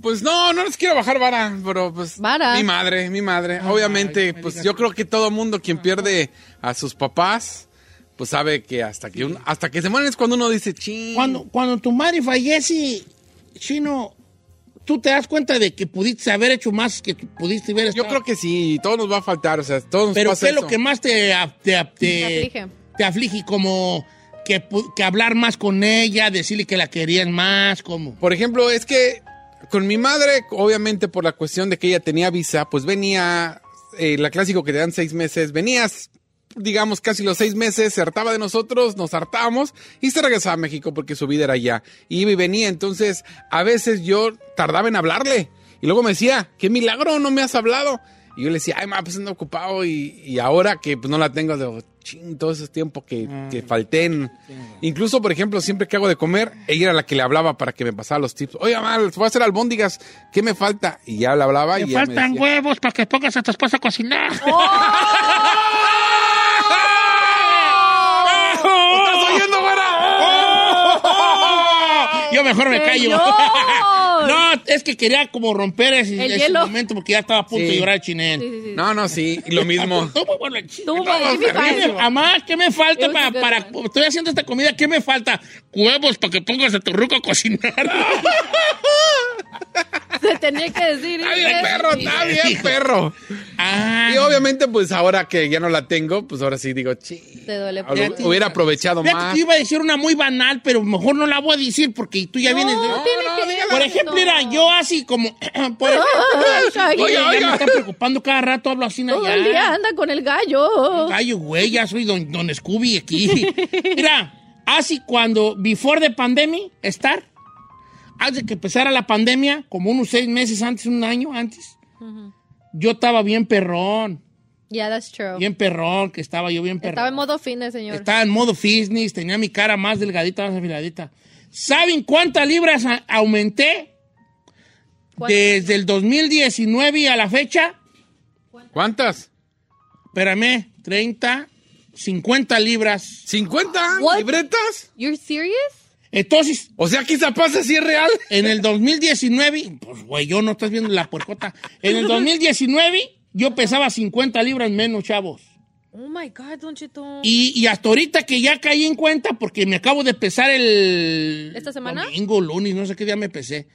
Pues no, no les quiero bajar vara, pero pues...
Vara.
Mi madre, mi madre. Obviamente, pues yo creo que todo mundo quien pierde a sus papás, pues sabe que hasta que un- hasta que se mueren es cuando uno dice, ching.
Cuando, cuando tu madre fallece, Chino, ¿tú te das cuenta de que pudiste haber hecho más que tú pudiste haber
Yo
estado?
creo que sí, todo nos va a faltar, o sea, todo nos
Pero
pasa
¿qué es lo
eso.
que más te, a- te, a- te-
aflige.
te aflige? Como que, pu- que hablar más con ella, decirle que la querían más, como...
Por ejemplo, es que con mi madre, obviamente por la cuestión de que ella tenía visa, pues venía, eh, la clásico que te dan seis meses, venías, digamos, casi los seis meses, se hartaba de nosotros, nos hartábamos y se regresaba a México porque su vida era allá. Iba y venía, entonces a veces yo tardaba en hablarle y luego me decía, qué milagro, no me has hablado. Y yo le decía, ay, ma, pues ando ocupado y, y ahora que pues, no la tengo, digo, ching, todo ese tiempo que,
Mm.
que falté en- Incluso, por ejemplo, siempre que hago de comer, ella era la que le hablaba para que me pasara los tips. Oiga, ma, les voy a hacer albóndigas, ¿qué me falta? Y ya le hablaba
Te
y ya
faltan
me decía,
huevos para que pongas a tu esposa a cocinar.
¡Oh,
¡Estás oyendo, güera!
Yo mejor me callo.
Señor.
no, es que quería como romper ese,
El
ese
hielo.
momento porque ya estaba a punto
Sí.
de llorar chinel.
Sí, sí, sí.
No, no, sí, y lo mismo.
Estuvo muy bueno el chiste.
Estuvo buenísimo.
Amá, ¿qué me falta
It was
pa-
a good
para, Estoy haciendo esta comida, ¿qué me falta? Huevos para que pongas a tu ruco a cocinar.
Se tenía que decir.
Está
¿eh?
bien, perro, está bien, perro.
ah,
Y obviamente, pues ahora que ya no la tengo, pues ahora sí digo, chi.
Te duele.
ahora Hubiera aprovechado
Fíjate
más.
que yo iba a decir una muy banal, pero mejor no la voy a decir porque tú ya vienes de...
No, tiene
no,
que
dígala.
Por ejemplo, era yo así como... por ejemplo,
Ay,
oye,
oiga,
ya
oiga.
me está preocupando cada rato, hablo así
Todo el día
allá.
anda con el gallo.
Gallo, güey, ya soy don, don Scooby aquí. Mira, así cuando, before the pandemic, estar, antes de que empezara la pandemia, como unos seis meses antes, un año antes, yo estaba bien perrón,
Yeah, that's true.
bien perrón, que estaba yo bien perrón.
Estaba en modo fitness, señor.
Estaba en modo fitness, tenía mi cara más delgadita, más afiladita. ¿Saben cuántas libras a- aumenté desde el 2019 a la fecha?
¿Cuántas?
Espérame, 30, 50 libras.
¿50
What?
libretas?
You're serious?
Entonces,
O sea, quizá pasa si es real.
en el 2019, pues güey, yo no estás viendo la puercota. En el 2019 yo pesaba 50 libras menos, chavos.
Oh my God, Don Cheto.
Y, y hasta ahorita que ya caí en cuenta, porque me acabo de pesar el...
¿Esta semana?
Domingo, lunes, no sé qué día me pesé.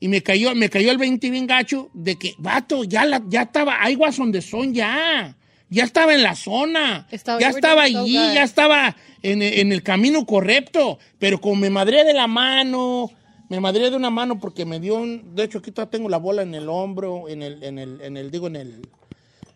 Y me cayó, me cayó el 20 bien gacho de que, vato, ya, la, ya estaba, hay guas donde son ya. Ya estaba en la zona.
Estaba-
ya
you were
estaba
doing so
allí,
good.
ya estaba en, e- en el camino correcto. Pero como me madré de la mano, me madré de una mano porque me dio un... De hecho, aquí todavía tengo la bola en el hombro, en el, en el, en el digo, en el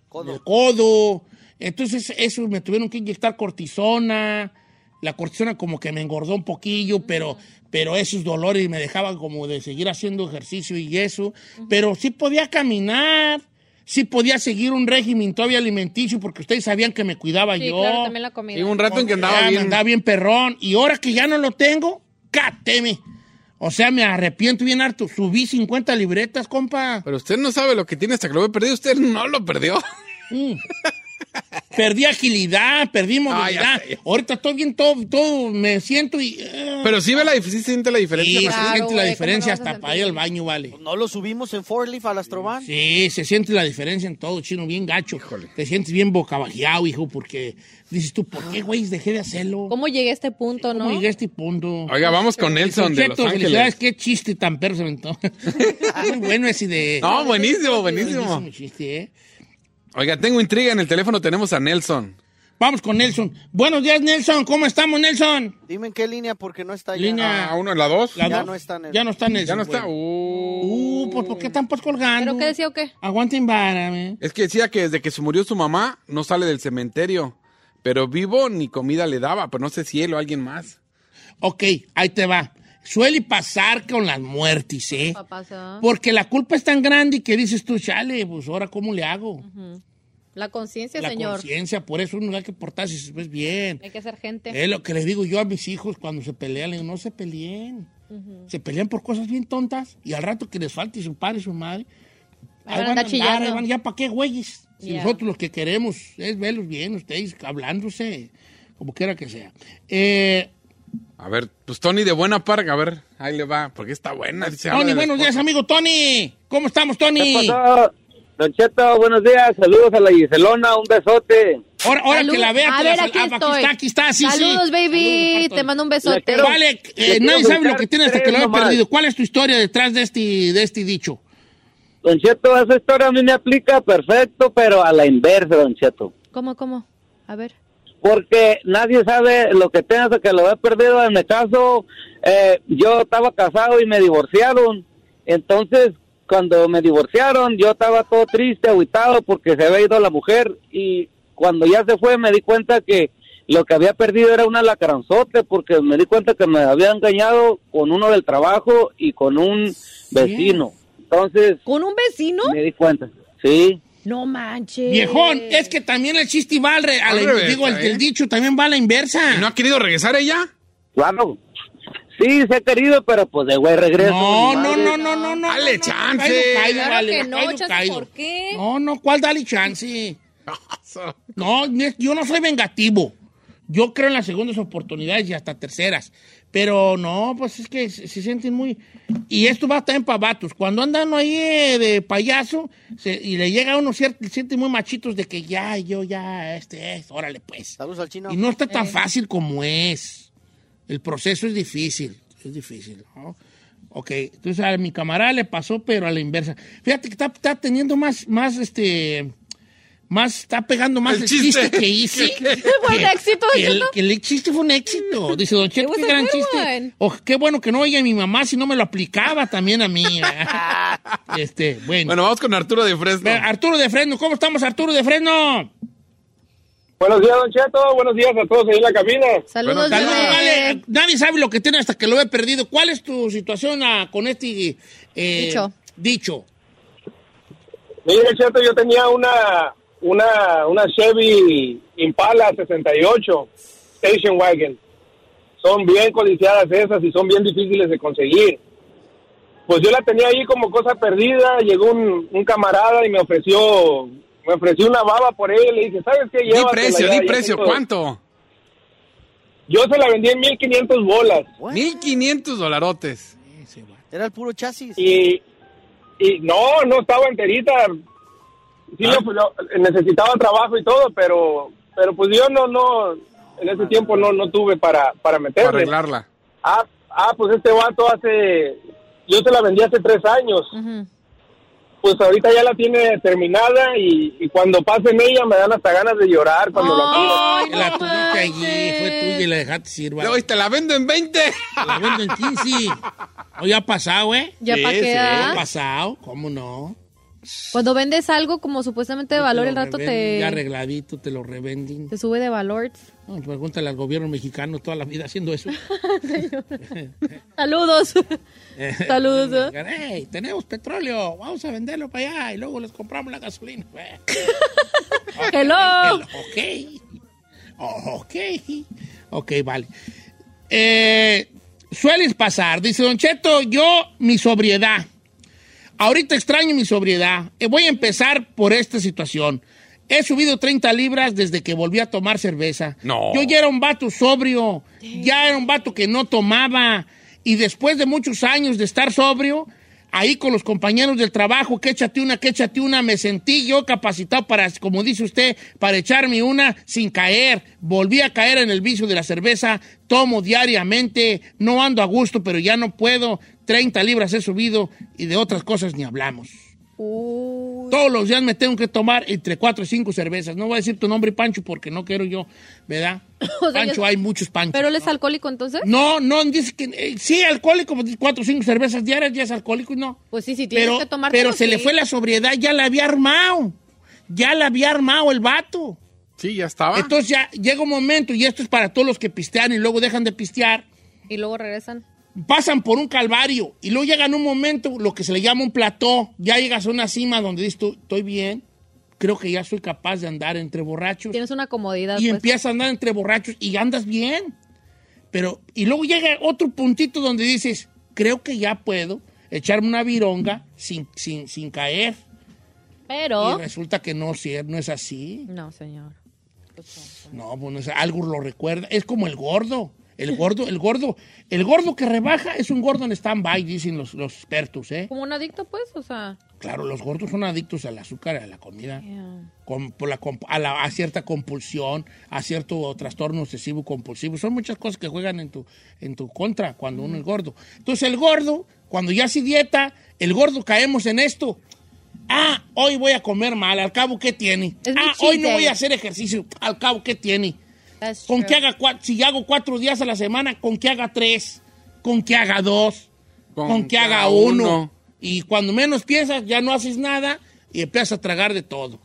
codo. el codo. Entonces, eso me tuvieron que inyectar cortisona. La cortisona como que me engordó un poquillo, pero, pero esos dolores me dejaban como de seguir haciendo ejercicio y eso. Pero sí podía caminar, sí podía seguir un régimen todavía alimenticio, porque ustedes sabían que me cuidaba
Sí,
yo.
claro, también la comida.
Y un rato en que
Ya
andaba
me
bien.
andaba bien perrón. Y ahora que ya no lo tengo, cáteme. O sea, me arrepiento bien harto. Subí 50 libretas, compa.
Pero usted no sabe lo que tiene hasta que lo ve perdido. Usted no lo perdió.
Mm. Perdí agilidad, perdí movilidad.
Ah, ya sé.
Ahorita estoy bien todo, todo me siento y... ah.
Pero sí ve la, dif- sí siente la diferencia.
Sí,
más-
se
Claro,
siente la
pues, güey,
diferencia
¿cómo no vas a
hasta para ir al
sentir?
baño, vale.
Pues ¿No lo subimos en Forklift al Astroban?
Sí, se siente la diferencia en todo, chino, bien gacho. Te sientes bien bocabajeado, hijo, porque dices tú, ¿por qué, güey, dejé de hacerlo?
¿Cómo llegué a este punto,
¿Cómo
no?
llegué a este punto?
Oiga, vamos con Nelson de Los
Cheto, felicidades,
Ángeles.
qué chiste tan perro se aventó. Muy bueno ese de...
No, buenísimo, buenísimo.
Buenísimo chiste, ¿eh?
Oiga, tengo intriga. En el teléfono tenemos a Nelson.
Vamos con Nelson. Buenos días, Nelson. ¿Cómo estamos, Nelson?
Dime en qué línea, porque no está
Línea-
Ah, uno en la dos.
La
Ya
dos.
no está Nelson.
Ya no está Nelson,
Ya no está.
güey.
Uh.
Uh, pues ¿por qué están pues colgando?
¿Pero qué decía o qué?
Aguanten vara, ¿eh? me.
Es que decía que desde que se murió su mamá no sale del cementerio. Pero vivo ni comida le daba. Pero no sé si él o alguien más.
Ok, ahí te va. Suele pasar con las muertes, ¿eh?
Papá, ¿sabes?
Porque la culpa es tan grande que dices tú, chale, pues ahora cómo le hago.
La conciencia,
la
señor.
conciencia, por eso uno hay que portarse pues, bien.
Hay que ser gente.
Es lo que les digo yo a mis hijos cuando se pelean, les digo, no se peleen. Se pelean por cosas bien tontas y al rato que les falte su padre y su madre,
Van a
ahí van a
andar
andar, ahí
chillando.
van, ya para qué güeyes. Si
Ya.
nosotros lo que queremos es verlos bien, ustedes hablándose, como quiera que sea. Eh,
A ver, pues Tony de buena parga. A ver, ahí le va. Porque está buena. dice, habla
Tony,
de la
buenos
esposa.
días, amigo Tony. ¿Cómo estamos, Tony?
Don Cheto, buenos días. Saludos a la Giselona. Un besote.
Ahora, ahora que
Salud.
la vea,
A
te
ver,
la sal-
aquí
ah,
estoy.
está, aquí está, sí, sí.
Saludos, baby.
Saludos, Tony.
Te mando un besote.
quiero-
Vale, eh,
Le
nadie
quiero
sabe lo
contar
que tiene hasta que lo
tres
ha
nomás.
perdido. ¿Cuál es tu historia detrás de este, de este dicho?
Don Cheto, esa historia a mí me aplica perfecto, pero a la inversa, Don Cheto.
¿Cómo, cómo? A ver.
Porque nadie sabe lo que tenga hasta que lo he perdido. En mi caso, eh, yo estaba casado y me divorciaron. Entonces, cuando me divorciaron, yo estaba todo triste, aguitado, porque se había ido la mujer. Y cuando ya se fue, me di cuenta que lo que había perdido era una lacranzote, porque me di cuenta que me había engañado con uno del trabajo y con un vecino. Entonces,
¿Con un vecino?
me di cuenta. Sí.
No manches.
Viejón, es que también el chiste va al, re- a la-
Al revés,
digo, el,
¿eh?
el dicho también va a la inversa.
¿Y no ha querido regresar ella?
Claro. Sí, se ha querido, pero pues de güey regreso.
No,
ni
no,
madre.
no, no, no, no.
Pues Dale
no, no,
chance.
caigo, caigo,
Claro
vale,
que no,
caigo,
chance,
caigo.
¿por qué?
No, no, ¿cuál dale chance? No, ni- yo no soy vengativo. Yo creo en las segundas oportunidades y hasta terceras. Pero no, pues es que se, se sienten muy... Y esto va también para vatos. Cuando andan ahí eh, de payaso se- y le llega a uno, cier- se sienten muy machitos de que ya, yo, ya, este es, órale pues.
Saludos al chino. Eh,
Y no está
Eh.
tan fácil como es. El proceso es difícil, es difícil, ¿no? Ok, entonces a mi camarada le pasó, pero a la inversa. Fíjate que está, está teniendo más, más, este, más, está pegando más el,
El
chiste.
chiste.
que hice.
Fue un
Que-
éxito,
que el,
Cheto.
que el chiste fue un éxito. Dice Don Cheto,
was
qué
a
gran
good
chiste.
one.
O qué bueno que no oiga a mi mamá si no me lo aplicaba también a mí. ¿eh? este, bueno.
Bueno, vamos con Arturo de Fresno.
Arturo de Fresno, ¿cómo estamos, Arturo de Fresno?
Buenos días, Don Cheto. Buenos días a todos ahí en la cabina.
Saludos,
Bueno,
Saludos,
bebé.
vale. Nadie sabe lo que tiene hasta que lo he perdido. ¿Cuál es tu situación ah, con este eh,
Dicho.
dicho?
Mire, Don Cheto, yo tenía una, una, una Chevy Impala 68 Station Wagon. So,
son bien codiciadas esas y son bien difíciles de conseguir. Pues yo la tenía ahí como cosa perdida, llegó un, un camarada y me ofreció me ofreció una baba por ella, le dije, ¿sabes qué?
Di
Llévatela
precio,
ya,
di
ya
precio,
tengo-
¿cuánto?
Yo se la vendí en 1500 bolas.
1500 dolarotes.
Era el puro chasis.
Y, y no, no estaba enterita. Sí,
Ah.
yo, pues, yo necesitaba trabajo y todo, pero, pero pues yo no, no, en ese tiempo no, no tuve para, para meterle.
Para arreglarla.
Ah, ah, pues este vato hace, yo se la vendí hace tres años. Pues ahorita ya la tiene terminada y, y cuando pase en ella me dan hasta ganas de llorar cuando la
Ay, la tuviste allí, fue tuya y la dejaste sirva.
Luego, y te la vendo en 20.
La vendo en 15. No, ya ha pasado, ¿eh?
¿Ya pa' qué, ah?
ha pasado, ¿cómo no?
Cuando vendes algo como supuestamente de valor,
Te
el
lo
rato
revenden, Ya
te,
arregladito, te lo revenden.
te sube de valor.
No, pregúntale al gobierno mexicano toda la vida haciendo eso.
Saludos. Saludos. ¿eh?
Ey, tenemos petróleo, vamos a venderlo para allá y luego les compramos la gasolina.
Hello.
Ok. Ok. Ok, vale. Eh, sueles pasar. Dice Don Cheto, yo, mi sobriedad. Ahorita extraño mi sobriedad. Eh, voy a empezar por esta situación. He subido 30 libras desde que volví a tomar cerveza.
No.
Yo ya era un vato sobrio. Ya era un vato que no tomaba. Y después de muchos años de estar sobrio, ahí con los compañeros del trabajo, que échate una, que échate una, me sentí yo capacitado para, como dice usted, para echarme una sin caer. Volví a caer en el vicio de la cerveza, tomo diariamente, no ando a gusto, pero ya no puedo. 30 libras he subido y de otras cosas ni hablamos. Todos los días me tengo que tomar entre 4 y 5 cervezas. No voy a decir tu nombre, Pancho, porque no quiero yo, ¿verdad?
O sea,
Pancho,
ya-
hay muchos Panchos.
¿Pero él es alcohólico entonces?
No, no, dice que eh, sí, alcohólico, pues, cuatro o cinco cervezas diarias ya es alcohólico y no.
Pues sí, si tienes
Pero,
que tomar
pero se le fue la sobriedad, ya la había armado. Ya la había armado el vato.
Sí, ya estaba.
Entonces ya llega un momento, y esto es para todos los que pistean y luego dejan de pistear,
Y luego regresan.
pasan por un calvario y luego llegan un momento, lo que se le llama un plató, ya llegas a una cima donde dices tú, estoy bien, creo que ya soy capaz de andar entre borrachos
Tienes una comodidad.
y
pues.
empiezas a andar entre borrachos y andas bien. Pero, y luego llega otro puntito donde dices, creo que ya puedo echarme una vironga sin, sin, sin caer.
Pero.
Y resulta que no, si- no es así.
No, señor.
No, bueno, es- algo lo recuerda. Es como el gordo. El gordo, el gordo, el gordo que rebaja es un gordo en stand-by, dicen los, los expertos, ¿eh?
Como un adicto, pues, o sea.
Claro, los gordos son adictos al azúcar, a la comida.
yeah.
com- por la comp- a, la- a cierta compulsión, a cierto trastorno obsesivo compulsivo. Son muchas cosas que juegan en tu, en tu contra cuando uno es gordo. Entonces el gordo, cuando ya hace dieta, el gordo caemos en esto. Ah, hoy voy a comer mal, al cabo ¿qué tiene?
Es mi
ah,
cheat
hoy no
day.
voy a hacer ejercicio, al cabo ¿qué tiene?
That's
Con
true.
que haga cuatro, si hago cuatro días a la semana, con que haga tres, con que haga dos, con, que haga uno. Y cuando menos piensas, ya no haces nada y empiezas a tragar de todo.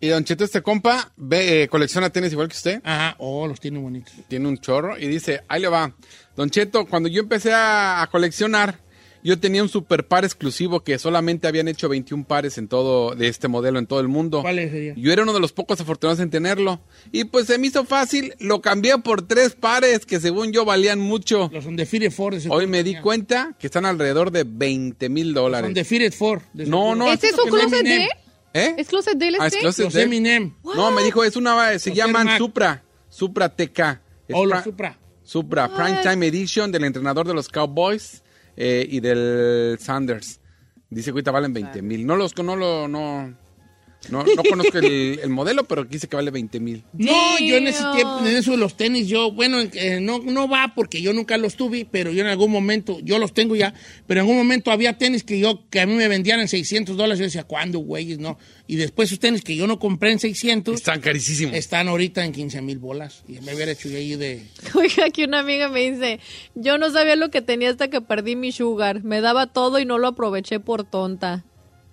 Y Don Cheto, este compa, ve, eh, colecciona tenis igual que usted.
Ajá, oh, los tiene bonitos.
Tiene un chorro y dice, ahí le va. Don Cheto, cuando yo empecé a, a coleccionar, yo tenía un super par exclusivo que solamente habían hecho 21 pares en todo, de este modelo en todo el mundo.
¿Cuál es, sería?
Yo era uno de los pocos afortunados en tenerlo. Y pues se me hizo fácil, lo cambié por tres pares que según yo valían mucho.
Los Undefeated Four. de su-
Hoy me di cuenta que están alrededor de 20 mil
Los
dólares.
Undefeated Four. de su-
No, no.
¿Ese ¿Este
eso
es un
que no-
closet de él?
¿Eh?
¿Es closet de él
Ah, es
este?
closet
Los
de-
Eminem.
No, me dijo, es una, se
Los
llaman
Air Max.
Supra, Supra TK. Es
O los
pra-
Supra.
Supra, Prime Time Edition del entrenador de los Cowboys eh, y del Sanders. Dice que ahorita valen 20 mil. No los no lo, no, no, no conozco el, el modelo, pero dice que vale 20 mil.
No, yo en ese
Damn.
tiempo, en eso de los tenis, yo, bueno, eh, no, no va porque yo nunca los tuve, pero yo en algún momento, yo los tengo ya, pero en algún momento había tenis que yo, que a mí me vendían en 600 dólares, yo decía, ¿cuándo, güeyes? No. Y después esos tenis que yo no compré en 600,
Están carísimos.
están ahorita en 15 mil bolas. Y me hubiera hecho yo ahí de...
Oiga, aquí una amiga me dice, yo no sabía lo que tenía hasta que perdí mi sugar. Me daba todo y no lo aproveché por tonta.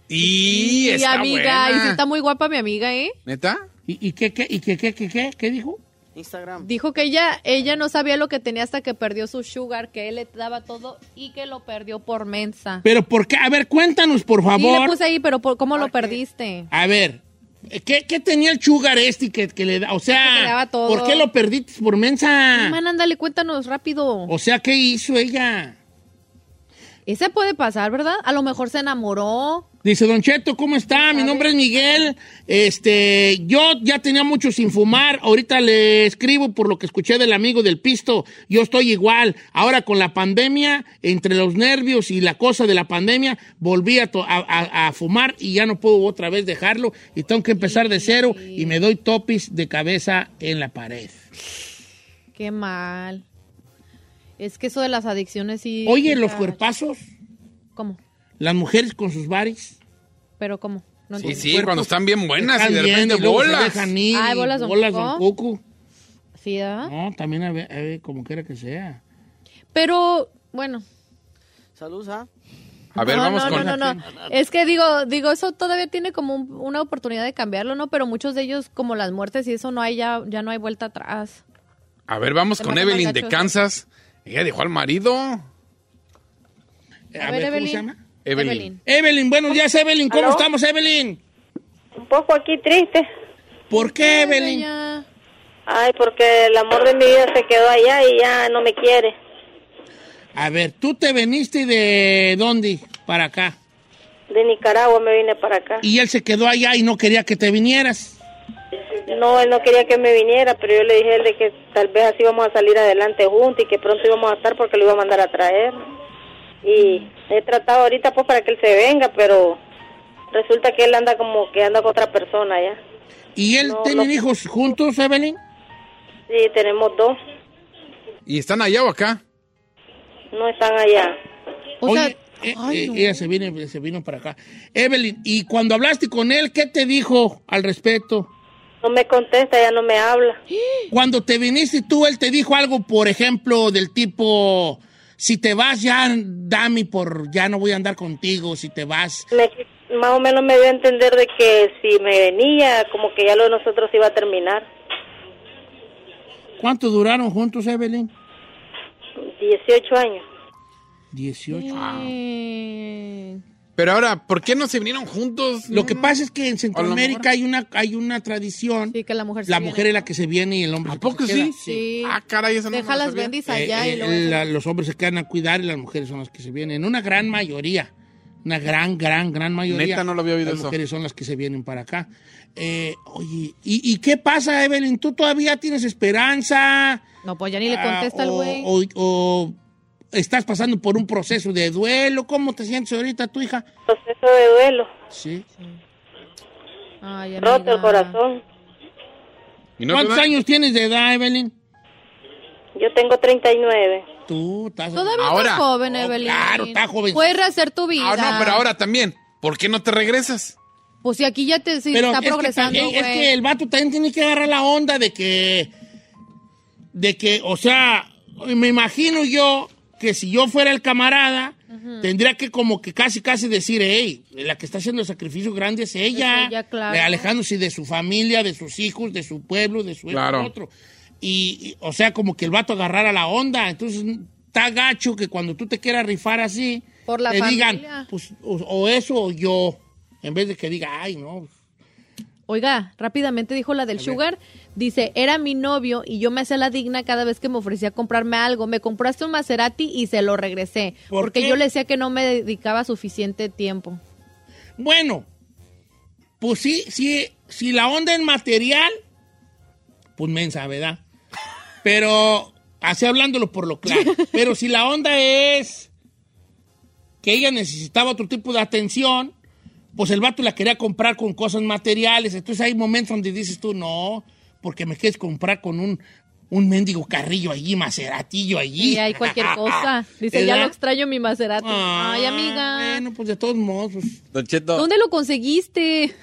Y, está
amiga, y
buena.
sí está muy guapa mi amiga, ¿eh?
¿Neta?
¿Y, y qué, qué, y qué, qué, qué, qué, qué dijo?
Instagram.
Dijo que ella, ella no sabía lo que tenía hasta que perdió su sugar, que él le daba todo y que lo perdió por mensa.
Pero, ¿por qué? A ver, cuéntanos, por
Sí,
favor.
le puse ahí, pero por, ¿cómo lo perdiste?
A ver, ¿Qué, qué tenía el sugar este que, que le da? O
Que le daba
sea,
todo.
¿por qué lo perdiste por
Ah.
mensa?
Man, ándale, cuéntanos rápido.
O sea, ¿qué hizo ella?
Ese puede pasar, ¿verdad? A lo mejor se enamoró.
Dice, Don Cheto, ¿cómo está? Mi nombre es Miguel. Este, yo ya tenía mucho sin fumar. Ahorita le escribo por lo que escuché del amigo del pisto. Yo estoy igual. Ahora con la pandemia, entre los nervios y la cosa de la pandemia, volví a, to- a- a- a fumar y ya no puedo otra vez dejarlo. Y tengo que empezar de cero y me doy topis de cabeza en la pared.
Qué mal. Es que eso de las adicciones sí.
Oye, los
Ah,
cuerpazos,
¿Cómo?
las mujeres con sus baris.
¿Pero cómo? No
Sí,
entiendo.
sí, cuando están bien buenas
Están
y de
bien,
repente
y luego se
bolas.
dejan ir
Ay,
y
bolas don
bolas
Cuco.
don Cuco.
Sí, ¿verdad?
No, también a ver, a ver, como quiera que sea.
Pero, bueno.
Salud, ¿ah?
A ver,
no,
vamos
no,
con.
no, no, no. Es que digo, digo, eso todavía tiene como un- una oportunidad de cambiarlo, ¿no? Pero muchos de ellos, como las muertes y eso, no hay ya, ya no hay vuelta atrás.
A ver, vamos
Se
con
me hace
Evelyn
más
de
gacho.
Kansas. Ella dejó al marido.
A, ver, ¿cómo se llama?
Evelyn.
Evelyn, buenos días, Evelyn. ¿Cómo
¿Aló?
estamos, Evelyn?
Un poco aquí triste.
¿Por qué, Evelyn?
Ay, porque el amor de mi vida se quedó allá y ya no me quiere.
A ver, ¿tú te veniste de dónde para acá?
De Nicaragua me vine para acá.
Y él se quedó allá y no quería que te vinieras.
No, él no quería que me viniera, pero yo le dije a él de que tal vez así vamos a salir adelante juntos y que pronto íbamos a estar porque lo iba a mandar a traer. Y he tratado ahorita pues para que él se venga, pero resulta que él anda como que anda con otra persona ya.
¿Y él
No,
tienen
Oh, no.
hijos juntos, Evelyn?
Sí, tenemos dos,
¿Y están allá o acá?
no están allá.
O
Oye,
sea,
eh,
ay,
eh,
no.
ella se vino, se vino para acá. Evelyn, ¿y cuando hablaste con él, qué te dijo al respecto?
No me contesta, ya no me habla.
Cuando te viniste tú, él te dijo algo, por ejemplo, del tipo, si te vas ya, dame por, ya no voy a andar contigo, si te vas.
Me- más o menos me dio a entender de que si me venía, como que ya lo de nosotros iba a terminar.
¿Cuánto duraron juntos, Evelyn?
18 años.
18.
Eh,
Pero ahora, ¿por qué no se vinieron juntos?
Mm. Lo que
No,
pasa es que en Centroamérica hay una, hay una tradición,
Sí, que la mujer se
la
viene.
mujer es la que se viene y el hombre ¿A
poco sí?
Sí.
Ah, caray, eso no
Deja
me lo
las
sabía. Eh,
bendis allá y luego...
Eh, los hombres se quedan a cuidar y las mujeres son las que se vienen, una gran mayoría. Una gran, gran, gran mayoría.
Neta, no lo había oído
Las
eso.
mujeres son las que se vienen para acá. Eh, oye, ¿y, y qué pasa, Evelyn? ¿Tú todavía tienes esperanza?
No, pues ya ni le
Ah,
contesta al
o-
güey.
O, o estás pasando por un proceso de duelo. ¿Cómo te sientes ahorita, tu hija?
Proceso de duelo.
Sí.
Ay,
Roto el
amiga.
corazón.
¿Y no te
¿Cuántos
da-
años tienes de edad, Evelyn?
Yo tengo 39.
Tú estás...
Todavía
Ahora.
estás joven, Evelyn.
Oh, claro, está joven.
Puedes rehacer tu vida.
Ah, no, pero ahora también. ¿Por qué no te regresas?
Pues si aquí ya te si
Pero
está
es, que
progresando,
también-
güey.
es que el vato también tiene que agarrar la onda de que... De que, o sea, me imagino yo que si yo fuera el camarada, tendría que como que casi, casi decir, hey, la que está haciendo el sacrificio grande es ella.
Es ella, claro.
de Alejándose de su familia, de sus hijos, de su pueblo, de su esto,
Claro.
lo otro. Y, y, o sea, como que el vato agarrara la onda. Entonces, está gacho que cuando tú te quieras rifar así,
Por la
te digan,
familia.
pues, o, o eso o yo. En vez de que diga, ay, no,
Oiga, rápidamente dijo la del Sugar. Dice, era mi novio y yo me hacía la digna cada vez que me ofrecía comprarme algo. Me compraste un Maserati y se lo regresé.
¿Por
porque
qué?
yo le decía que no me dedicaba suficiente tiempo.
Bueno, pues sí, sí, si la onda en material, pues mensa, ¿verdad? Pero, así hablándolo por lo claro, pero si la onda es que ella necesitaba otro tipo de atención, pues el vato la quería comprar con cosas materiales, entonces hay momentos donde dices tú, no, porque me quieres comprar con un, un mendigo carrillo allí, maceratillo allí.
Y hay cualquier cosa. Dice, ya lo
¿Verdad?
extraño mi Maserati.
Ah,
Ay, amiga.
Bueno, pues de todos modos, pues,
Don Cheto,
¿Dónde lo conseguiste?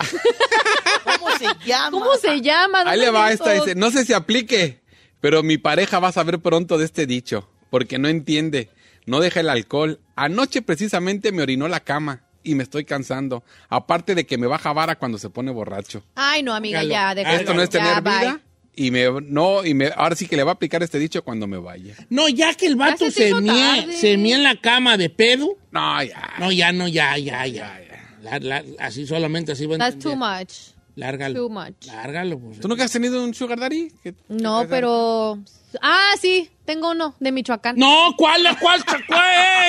¿Cómo se llama?
¿Cómo se llama?
ahí
¿Dónde
le va
lo
esta. Dice,
cons-
no sé si aplique, pero mi pareja va a saber pronto de este dicho, porque no entiende. No deja el alcohol. Anoche precisamente me orinó la cama y me estoy cansando. Aparte de que me baja vara cuando se pone borracho.
Ay, no, amiga,
Déjalo.
ya, déjalo.
Esto no es
Ya,
tener
bye.
vida. Y me, no, y me, ahora sí que le va a aplicar este dicho cuando me vaya.
No, ya que el vato
se te
se
hizo
mie,
tarde.
se mie en la cama de pedo.
No, ya.
No, ya, no, ya, ya, ya. La- la- así solamente así va a
That's too
entender.
much.
Lárgalo.
Too much.
Lárgalo, pues.
¿Tú nunca has tenido un sugar daddy? ¿Qué-
No, pero... Ah, sí, tengo uno de Michoacán.
No, ¿cuál, cuál, cuál?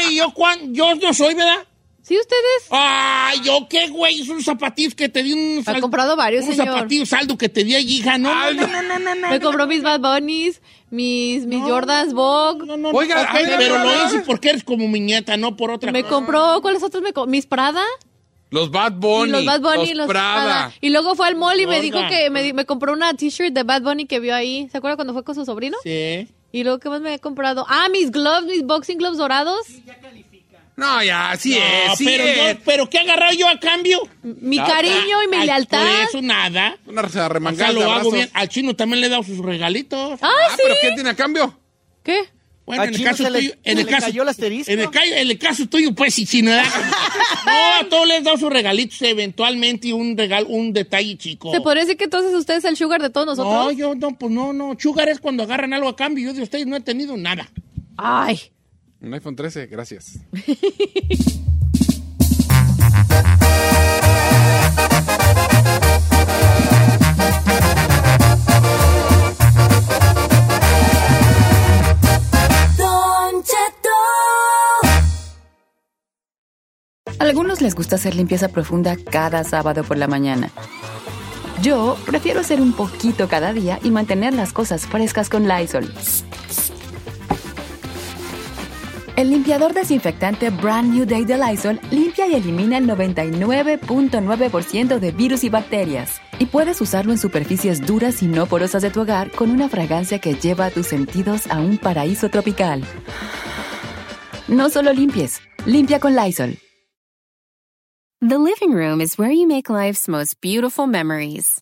ey, yo, cuán- yo no soy, ¿verdad?
Sí, ustedes.
Ay, yo qué, güey, es un zapatillos que te di un
Ha comprado varios,
Un
señor.
zapatillo saldo que te di allí, hija. No, no, no, no, no, no.
Me compró mis Bad Bunnies, mis, mis Jordans Vogue.
Oiga,
Ok,
pero lo hice porque eres como mi nieta, no por otra
Me
cosa.
compró, ¿cuáles otros me compró? ¿Mis Prada?
Los Bad
Y
Bunny.
los Bad Bunny, los,
Prada.
Prada. Y luego fue al mall y me
Oiga.
dijo que me, me compró una t-shirt de Bad Bunny que vio ahí. ¿Se acuerda cuando fue con su sobrino?
Sí.
Y luego, ¿qué más me he comprado? Ah, mis gloves, mis boxing gloves dorados.
No, ya, así
No,
es. sí
pero,
es.
yo- pero ¿qué he agarrado yo a cambio?
Mi cariño y mi
Ay, pues,
lealtad.
por eso nada.
Una
O sea,
remangada.
lo hago
abrazos.
bien. Al chino también le he dado sus regalitos.
Ah, ¿Pero qué tiene a cambio?
¿Qué?
Bueno,
Al
en el
chino
caso
se le-
tuyo.
se
en el
le
caso,
cayó el asterisco.
En el, ca- en el caso tuyo, pues, y chino, ¿verdad? No, a todos les he dado sus regalitos, eventualmente un regalo, un detalle chico.
¿Se podría decir que entonces usted es el sugar de todos nosotros?
No, yo no, pues no, no. Sugar es cuando agarran algo a cambio. Yo de ustedes no he tenido nada.
Ay.
Un iPhone 13, gracias.
Don Cheto,
Algunos les gusta hacer limpieza profunda cada sábado por la mañana. Yo prefiero hacer un poquito cada día y mantener las cosas frescas con Lysol. El limpiador desinfectante Brand New Day de Lysol limpia y elimina el 99.9% de virus y bacterias. Y puedes usarlo en superficies duras y no porosas de tu hogar con una fragancia que lleva a tus sentidos a un paraíso tropical. No solo limpies, limpia con Lysol.
The living room is where you make life's most beautiful memories.